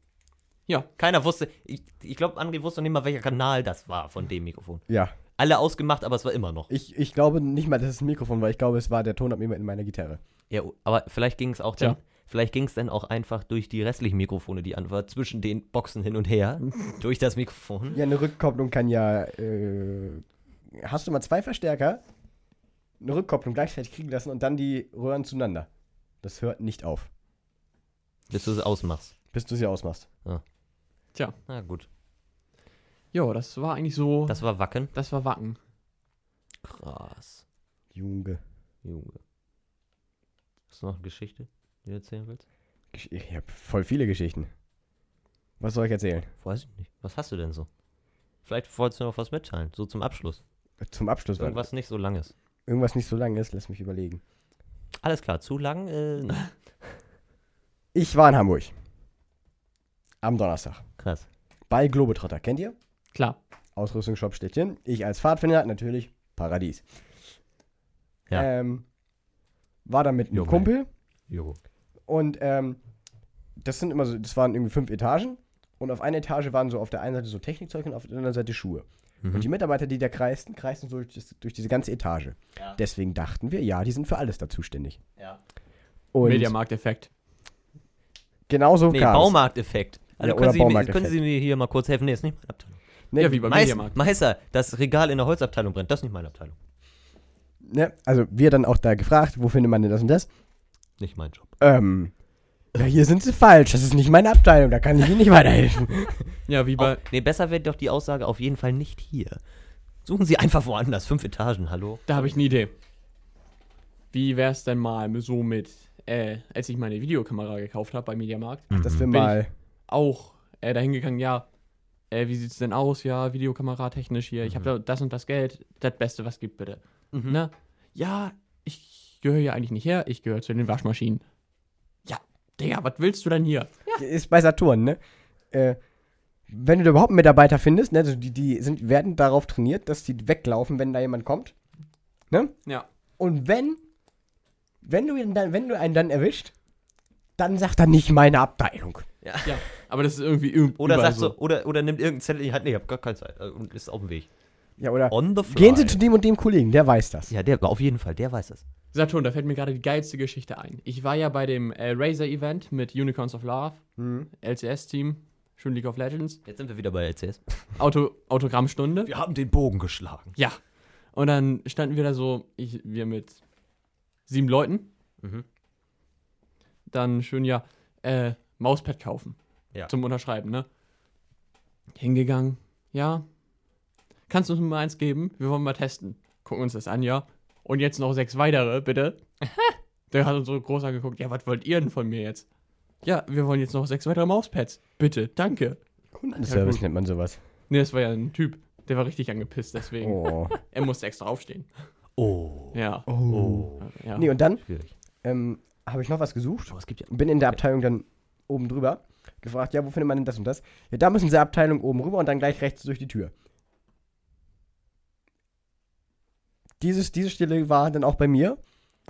C: Ja.
A: Keiner wusste, ich, ich glaube, André wusste noch nicht mal, welcher Kanal das war von dem Mikrofon.
B: Ja.
A: Alle ausgemacht, aber es war immer noch.
B: Ich, ich glaube nicht mal, dass es ein Mikrofon war. Ich glaube, es war der Tonabnehmer in meiner Gitarre.
A: Ja, o- aber vielleicht ging es auch
C: Tja.
A: dann, vielleicht ging es dann auch einfach durch die restlichen Mikrofone, die an war, zwischen den Boxen hin und her, durch das Mikrofon.
B: Ja, eine Rückkopplung kann ja. Äh, hast du mal zwei Verstärker, eine Rückkopplung gleichzeitig kriegen lassen und dann die Röhren zueinander. Das hört nicht auf,
A: Bis du es ausmachst.
B: bis du sie ausmachst.
A: Na gut.
C: jo, das war eigentlich so, das,
A: Das war Wacken.
C: war Wacken.
A: Krass.
B: Junge.
A: Junge. Hast du noch eine Geschichte, die du erzählen willst?
B: Gesch- Ich habe voll viele Geschichten. Was soll ich erzählen?
A: Weiß ich nicht. Was hast du denn so? Vielleicht wolltest du noch was mitteilen, so zum Abschluss.
B: Zum Abschluss. weil
A: Irgendwas nicht so langes.
B: irgendwas nicht so lang ist, lass mich überlegen.
A: Alles klar, zu lang? Äh, nein.
B: Ich war in Hamburg. Am Donnerstag.
A: krass.
B: Bei Globetrotter. Kennt ihr?
C: Klar.
B: Ausrüstungsshop Städtchen. Ich als Pfadfinder natürlich Paradies.
A: Ja.
B: Ähm, war da mit einem
A: Junge.
B: Kumpel
A: Jo.
B: und ähm, das sind immer so, das waren irgendwie fünf Etagen und auf einer Etage waren so auf der einen Seite so Technikzeug und auf der anderen Seite Schuhe. Und die Mitarbeiter, die da kreisten, kreisten so durch, das, durch diese ganze Etage.
A: Ja.
B: Deswegen dachten wir, ja, die sind für alles da zuständig.
A: Ja.
B: Und
C: Mediamarkt-Effekt.
B: Genau so
A: Nee,
B: kam es.
A: Baumarkteffekt. Also
B: Ja,
A: können,
B: oder
A: Sie mir,
B: Baumarkteffekt.
A: können Sie mir hier mal kurz helfen? Nee, ist nicht meine Abteilung.
B: Ne,
C: Ja, wie beim
A: Meiß-
C: Mediamarkt.
A: Meißer, das Regal in der Holzabteilung brennt, das ist nicht meine Abteilung.
B: ne, also wir dann auch da gefragt, wo findet man denn das und das?
A: Nicht mein Job.
B: Ähm, ja, hier sind sie falsch. Das ist nicht meine Abteilung, da kann ich Ihnen nicht weiterhelfen.
C: Ja, wie bei.
A: Auf, nee, besser wäre doch die Aussage auf jeden Fall nicht hier. Suchen Sie einfach woanders, fünf Etagen, hallo.
C: Da habe ich eine Idee. Wie wär's denn mal so mit, äh, als ich meine Videokamera gekauft habe bei Mediamarkt,
B: Dass wir
C: Bin
B: mal.
C: auch äh, dahin gegangen, ja, äh, wie sieht's denn aus? Ja, Videokamera technisch hier, ich habe da das und das Geld, das Beste, was gibt bitte.
A: Mhm.
C: Ne? Ja, ich gehöre hier eigentlich nicht her, ich gehöre zu den Waschmaschinen. Ja, Digga, was willst du denn hier?
B: Ist bei Saturn, ne? Äh, wenn du da überhaupt einen Mitarbeiter findest, ne, also die, die sind, werden darauf trainiert, dass die weglaufen, wenn da jemand kommt.
C: Ja.
B: Und wenn, wenn du, ihn dann, wenn du einen dann erwischt, dann sagt er nicht meine Abteilung.
C: Ja, aber das ist irgendwie irg-
A: Oder
C: überall
A: sagst du, oder, oder nimmt irgendein Zettel in die Hand, nee, ich hab gar keine Zeit äh, und ist auf dem Weg.
B: Ja, oder
A: On the fly.
B: gehen Sie zu dem und dem Kollegen, der weiß das.
A: Ja, der, auf jeden Fall, der weiß das.
C: Saturn, da fällt mir gerade die geilste Geschichte ein. Ich war ja bei dem äh, Razer-Event mit Unicorns of Love, LCS-Team, schön League of Legends,
A: Jetzt sind wir wieder bei LCS.
C: Auto Autogrammstunde.
A: Wir haben den Bogen geschlagen.
C: Ja. Und dann standen wir da so, ich, wir mit sieben Leuten.
A: Mhm.
C: Dann schön ja, äh, Mauspad kaufen.
A: Ja.
C: Zum Unterschreiben, ne? Hingegangen, ja. Kannst du uns mal eins geben? Wir wollen mal testen. Gucken uns das an, ja. Und jetzt noch sechs weitere, bitte. Der hat uns so groß angeguckt, ja, was wollt ihr denn von mir jetzt? Ja, wir wollen jetzt noch sechs weitere Mauspads. Bitte, danke.
B: Kundenservice nennt man sowas.
C: Ne, das war ja ein Typ. Der war richtig angepisst, deswegen.
B: Oh.
C: Er musste extra aufstehen.
A: Oh.
C: Ja.
A: Oh.
C: ja.
B: Nee, und dann
A: Schwierig.
B: ähm, habe ich noch was gesucht.
A: Aber es gibt ja.
B: Bin in der Abteilung dann oben drüber. Gefragt, ja, wo findet man denn das und das? Ja, da müssen sie Abteilung oben rüber und dann gleich rechts durch die Tür. Dieses, diese Stelle war dann auch bei mir.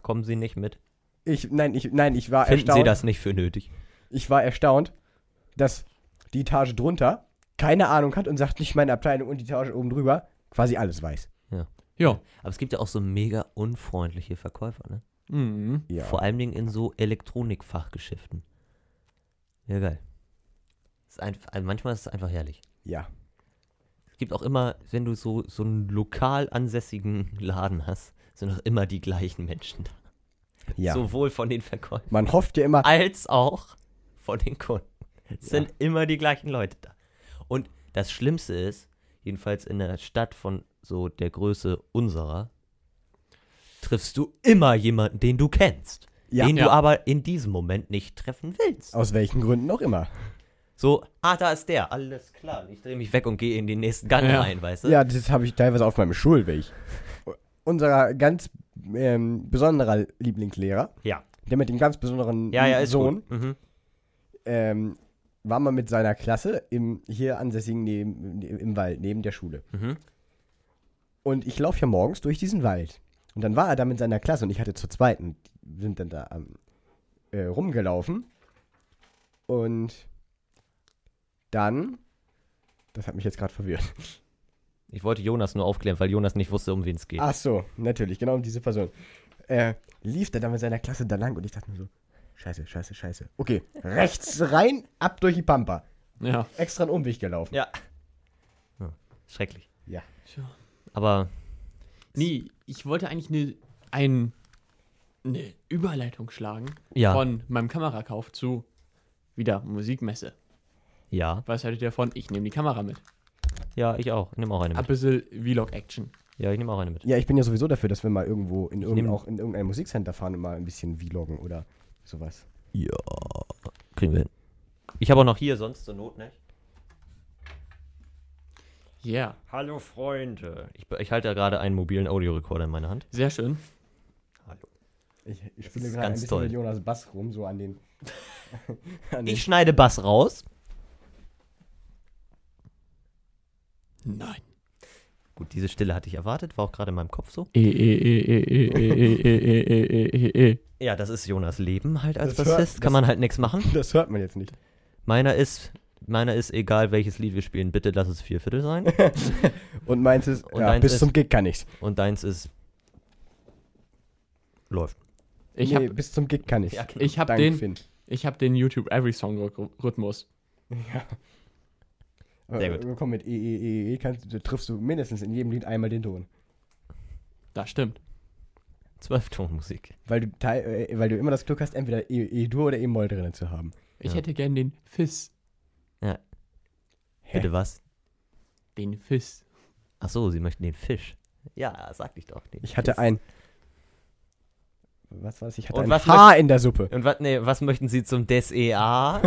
A: Kommen Sie nicht mit.
B: Ich, nein, ich, nein, ich war
A: Finden
B: erstaunt.
A: Sie das nicht für nötig.
B: Ich war erstaunt, dass die Etage drunter keine Ahnung hat und sagt, nicht meine Abteilung und die Etage oben drüber quasi alles weiß.
C: Ja.
A: Aber es gibt ja auch so mega unfreundliche Verkäufer, ne?
C: Mhm.
B: Ja.
A: Vor allen Dingen in so Elektronikfachgeschäften. Ja, geil. Ist einf- also manchmal ist es einfach herrlich.
B: ja.
A: Es gibt auch immer, wenn du so, so einen lokal ansässigen Laden hast, sind auch immer die gleichen Menschen da.
B: ja.
A: Sowohl von den Verkäufern
B: Man hofft ja immer,
A: als auch von den Kunden. Es sind immer die gleichen Leute da. Und das Schlimmste ist, jedenfalls in der Stadt von so der Größe unserer, triffst du immer jemanden, den du kennst.
B: Ja. Oh.
A: den
C: Ja.
A: du aber in diesem Moment nicht treffen willst.
B: aus welchen Gründen auch immer.
A: So, ah, da ist der, alles klar. Ich drehe mich weg und gehe in den nächsten Gang
C: Ja.
A: rein, weißt du?
B: Ja, das habe ich teilweise auf meinem Schulweg. Unser ganz ähm, besonderer Lieblingslehrer,
A: Ja,
B: der mit dem ganz besonderen
A: ja, ja ist
B: Sohn,
A: gut. Mhm.
B: ähm, war mal mit seiner Klasse im hier ansässigen neben, im Wald neben der Schule.
A: Mhm.
B: Und ich laufe ja morgens durch diesen Wald. Und dann war er da mit seiner Klasse und ich hatte zur zweiten, die sind dann da am, äh, rumgelaufen. Und dann, das hat mich jetzt gerade verwirrt.
A: Ich wollte Jonas nur aufklären, weil Jonas nicht wusste, um wen es geht.
B: Ach so, natürlich, genau um diese Person. Äh, lief der dann mit seiner Klasse da lang und ich dachte mir so, scheiße, scheiße, scheiße. Okay, rechts rein, ab durch die Pampa.
C: Ja.
B: Extra einen Umweg gelaufen.
A: Ja. Hm, Schrecklich.
B: Ja.
A: Aber
C: Nee, ich wollte eigentlich eine ein, ne Überleitung schlagen
A: Ja.
C: von meinem Kamerakauf zu wieder Musikmesse.
A: ja,
C: Was haltet ihr davon? Ich nehme die Kamera mit.
A: ja, ich auch. Ich nehme auch eine
C: Ein
A: mit.
C: bisschen Vlog-Action.
A: Ja, ich nehme auch eine mit.
B: Ja, ich bin ja sowieso dafür, dass wir mal irgendwo in, irgendein,
A: nehm-
B: auch in irgendein Musikcenter fahren und mal ein bisschen vloggen oder sowas.
A: Ja. Kriegen wir hin. Ich habe auch noch hier sonst zur Not, ne?
C: Ja, yeah.
A: Hallo, Freunde. Ich, be- ich halte ja gerade einen mobilen Audiorekorder in meiner Hand.
C: sehr schön.
A: Hallo.
B: Ich, ich spiele
A: ist
B: gerade ein
A: ganz
B: bisschen
A: toll.
B: mit Jonas Bass rum, so an den. an den
A: Ich schneide Bass raus.
C: Nein.
A: Gut, diese Stille hatte ich erwartet, war auch gerade in meinem Kopf so.
C: E, e,
A: eh,
C: e, e, e, e, e, e, e, e, e, e, e.
A: Ja, das ist Jonas Leben halt als
B: Das hört-
A: Bassist. Kann
B: das-
A: man halt nichts machen.
B: das hört man jetzt nicht.
A: Meiner ist, meiner ist egal, welches Lied wir spielen, bitte lass es Vierviertel sein.
B: Und meins ist,
A: Und
B: ja,
A: deins
B: bis
A: ist-
B: zum Gig kann ich's.
A: Und deins ist. Läuft.
C: Ich
B: nee,
C: habe
B: bis zum Gig kann ich's.
A: Ja, genau.
C: ich hab
B: Danke,
C: den,
B: Finn.
C: Ich habe den YouTube Every Song Rhyth- Rhythmus.
B: Ja.
A: Sehr
B: Sehr
A: gut.
B: gut. Komm mit E, E, E, E, kannst, du triffst du mindestens in jedem Lied einmal den Ton.
C: Das stimmt.
A: Zwölftonmusik.
B: Weil du, teil- äh, weil du immer das Glück hast, entweder E, E, Dur oder E Moll drin zu haben.
C: Ich
A: Ja.
C: hätte gern den Fizz.
A: Bitte was?
C: Den Fizz.
A: Ach so, sie möchten den Fisch. Ja, sag ich doch. Den
B: Ich hatte
A: Fisch.
B: ein. Was war das? Ich hatte
A: Und
B: ein
A: was
B: Haar in der Suppe.
A: Und was, nee, was möchten Sie zum E DSEA?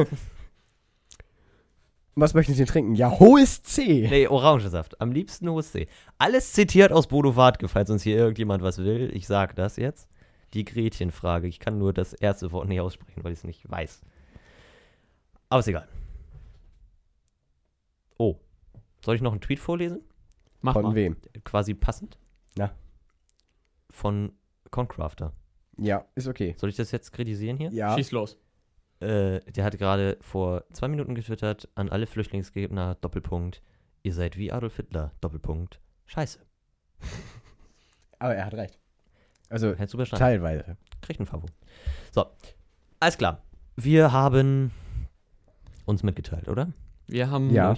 B: Was möchten Sie trinken? Ja, hohes C.
A: nee, Orangensaft. Am liebsten OSC. Alles zitiert aus Bodo Wartke, falls uns hier irgendjemand was will. Ich sage das jetzt. Die Gretchenfrage. Ich kann nur das erste Wort nicht aussprechen, weil ich es nicht weiß. Aber ist egal. Oh. Soll ich noch einen Tweet vorlesen?
C: Mach
B: Von
C: mal.
B: wem?
A: Quasi passend?
B: Na.
A: Von Concrafter.
B: Ja, ist okay.
A: Soll ich das jetzt kritisieren hier?
B: Ja.
C: Schieß los.
A: äh, der hat gerade vor zwei Minuten getwittert an alle Flüchtlingsgegner, Doppelpunkt, ihr seid wie Adolf Hitler, Doppelpunkt, scheiße.
B: Aber er hat recht. Also,
A: Hättest du bestanden.
B: teilweise.
A: Kriegt ein Favo. So, alles klar. Wir haben uns mitgeteilt, oder?
C: Wir haben.
B: Ja.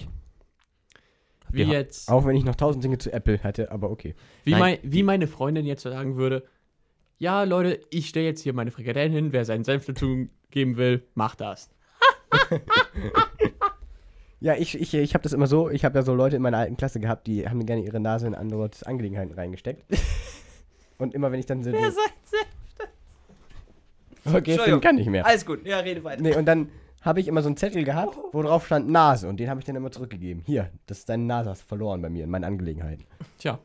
C: Wie
A: Wir ha-
C: jetzt.
B: Auch wenn ich noch tausend Dinge zu Apple hatte, aber okay.
C: Wie,
A: Nein,
C: mein, wie meine Freundin jetzt sagen würde: Ja, Leute, ich stelle jetzt hier meine Frikadellen hin. Wer seinen Senf dazu geben will, macht das.
B: Ja, ich, ich, ich habe das immer so, ich habe ja so Leute in meiner alten Klasse gehabt, die haben gerne ihre Nase in andere Angelegenheiten reingesteckt. Und immer wenn ich dann so... die- Okay, Finn
A: Entschuldigung.
B: kann nicht mehr.
A: Alles gut, ja, rede weiter. Oh.
B: Nee, und dann habe ich immer so einen Zettel gehabt, wo drauf stand Nase und den habe ich dann immer zurückgegeben. Hier, das ist deine Nase, hast du verloren bei mir in meinen Angelegenheiten.
C: Tja.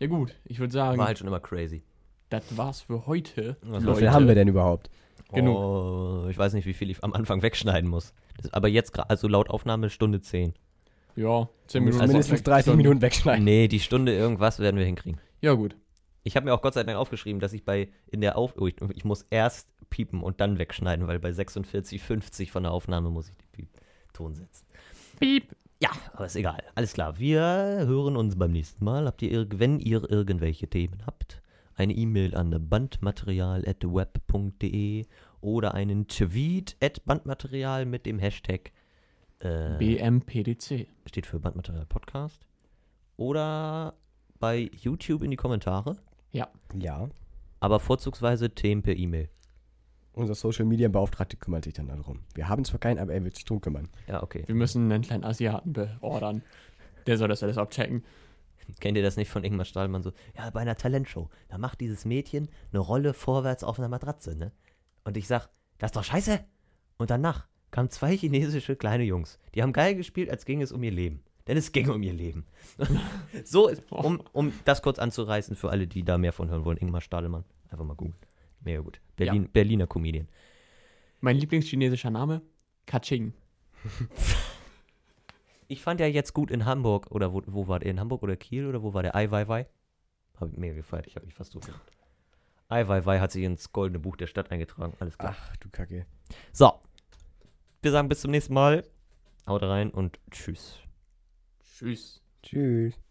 C: Ja, gut. Ich würde sagen,
A: War halt schon immer crazy.
C: das war's für heute.
A: Was
B: Wie viel haben wir denn überhaupt?
C: Genug.
A: Oh, ich weiß nicht, wie viel ich am Anfang wegschneiden muss. Das, aber jetzt, gra- also laut Aufnahme, Stunde 10.
C: Ja, 10
B: Wir müssen
C: Minuten.
B: Also mindestens 30 Minuten wegschneiden.
A: Nee, die Stunde irgendwas werden wir hinkriegen.
C: Ja, gut.
A: Ich habe mir auch Gott sei Dank aufgeschrieben, dass ich bei in der Auf oh, ich, ich muss erst piepen und dann wegschneiden, weil bei 46, 50 von der Aufnahme muss ich den Piep Ton setzen.
C: Piep.
A: Ja, aber ist egal. Alles klar. Wir hören uns beim nächsten Mal. Habt ihr, irg- wenn ihr irgendwelche Themen habt, eine E-Mail an bandmaterial@web.de oder einen Tweet at bandmaterial mit dem Hashtag äh,
C: BMPDC.
A: steht für Bandmaterial Podcast oder bei YouTube in die Kommentare.
B: Ja,
A: Aber vorzugsweise Themen per E-Mail.
B: unser Social Media Beauftragte kümmert sich dann darum. Wir haben zwar keinen, aber er wird sich drum kümmern.
A: Ja, okay.
C: Wir müssen einen kleinen Asiaten beordern. Der soll das alles abchecken.
A: Kennt ihr das nicht von Ingmar Stahlmann so? Ja, bei einer Talentshow. Da macht dieses Mädchen eine Rolle vorwärts auf einer Matratze, ne? Und ich sag, das ist doch scheiße. Und danach kamen zwei chinesische kleine Jungs. Die haben geil gespielt, als ginge es um ihr Leben. Denn es ging um ihr Leben. so, ist, um, um das kurz anzureißen für alle, die da mehr von hören wollen. Ingmar Stahlmann. Einfach mal googeln. Mega gut. Berlin, Berliner Comedian.
C: Mein Lieblingschinesischer Name? Kaching.
A: Ich fand ja jetzt gut in Hamburg, oder wo, wo war der? In Hamburg oder Kiel oder wo war der? Eiweiwei? Hab ich mir gefeiert, ich habe mich fast so gemacht. Eiweiwei hat sich ins goldene Buch der Stadt eingetragen, alles klar.
B: Ach, du Kacke.
A: So, wir sagen bis zum nächsten Mal. Haut rein und tschüss.
C: Tschüss.
B: Tschüss.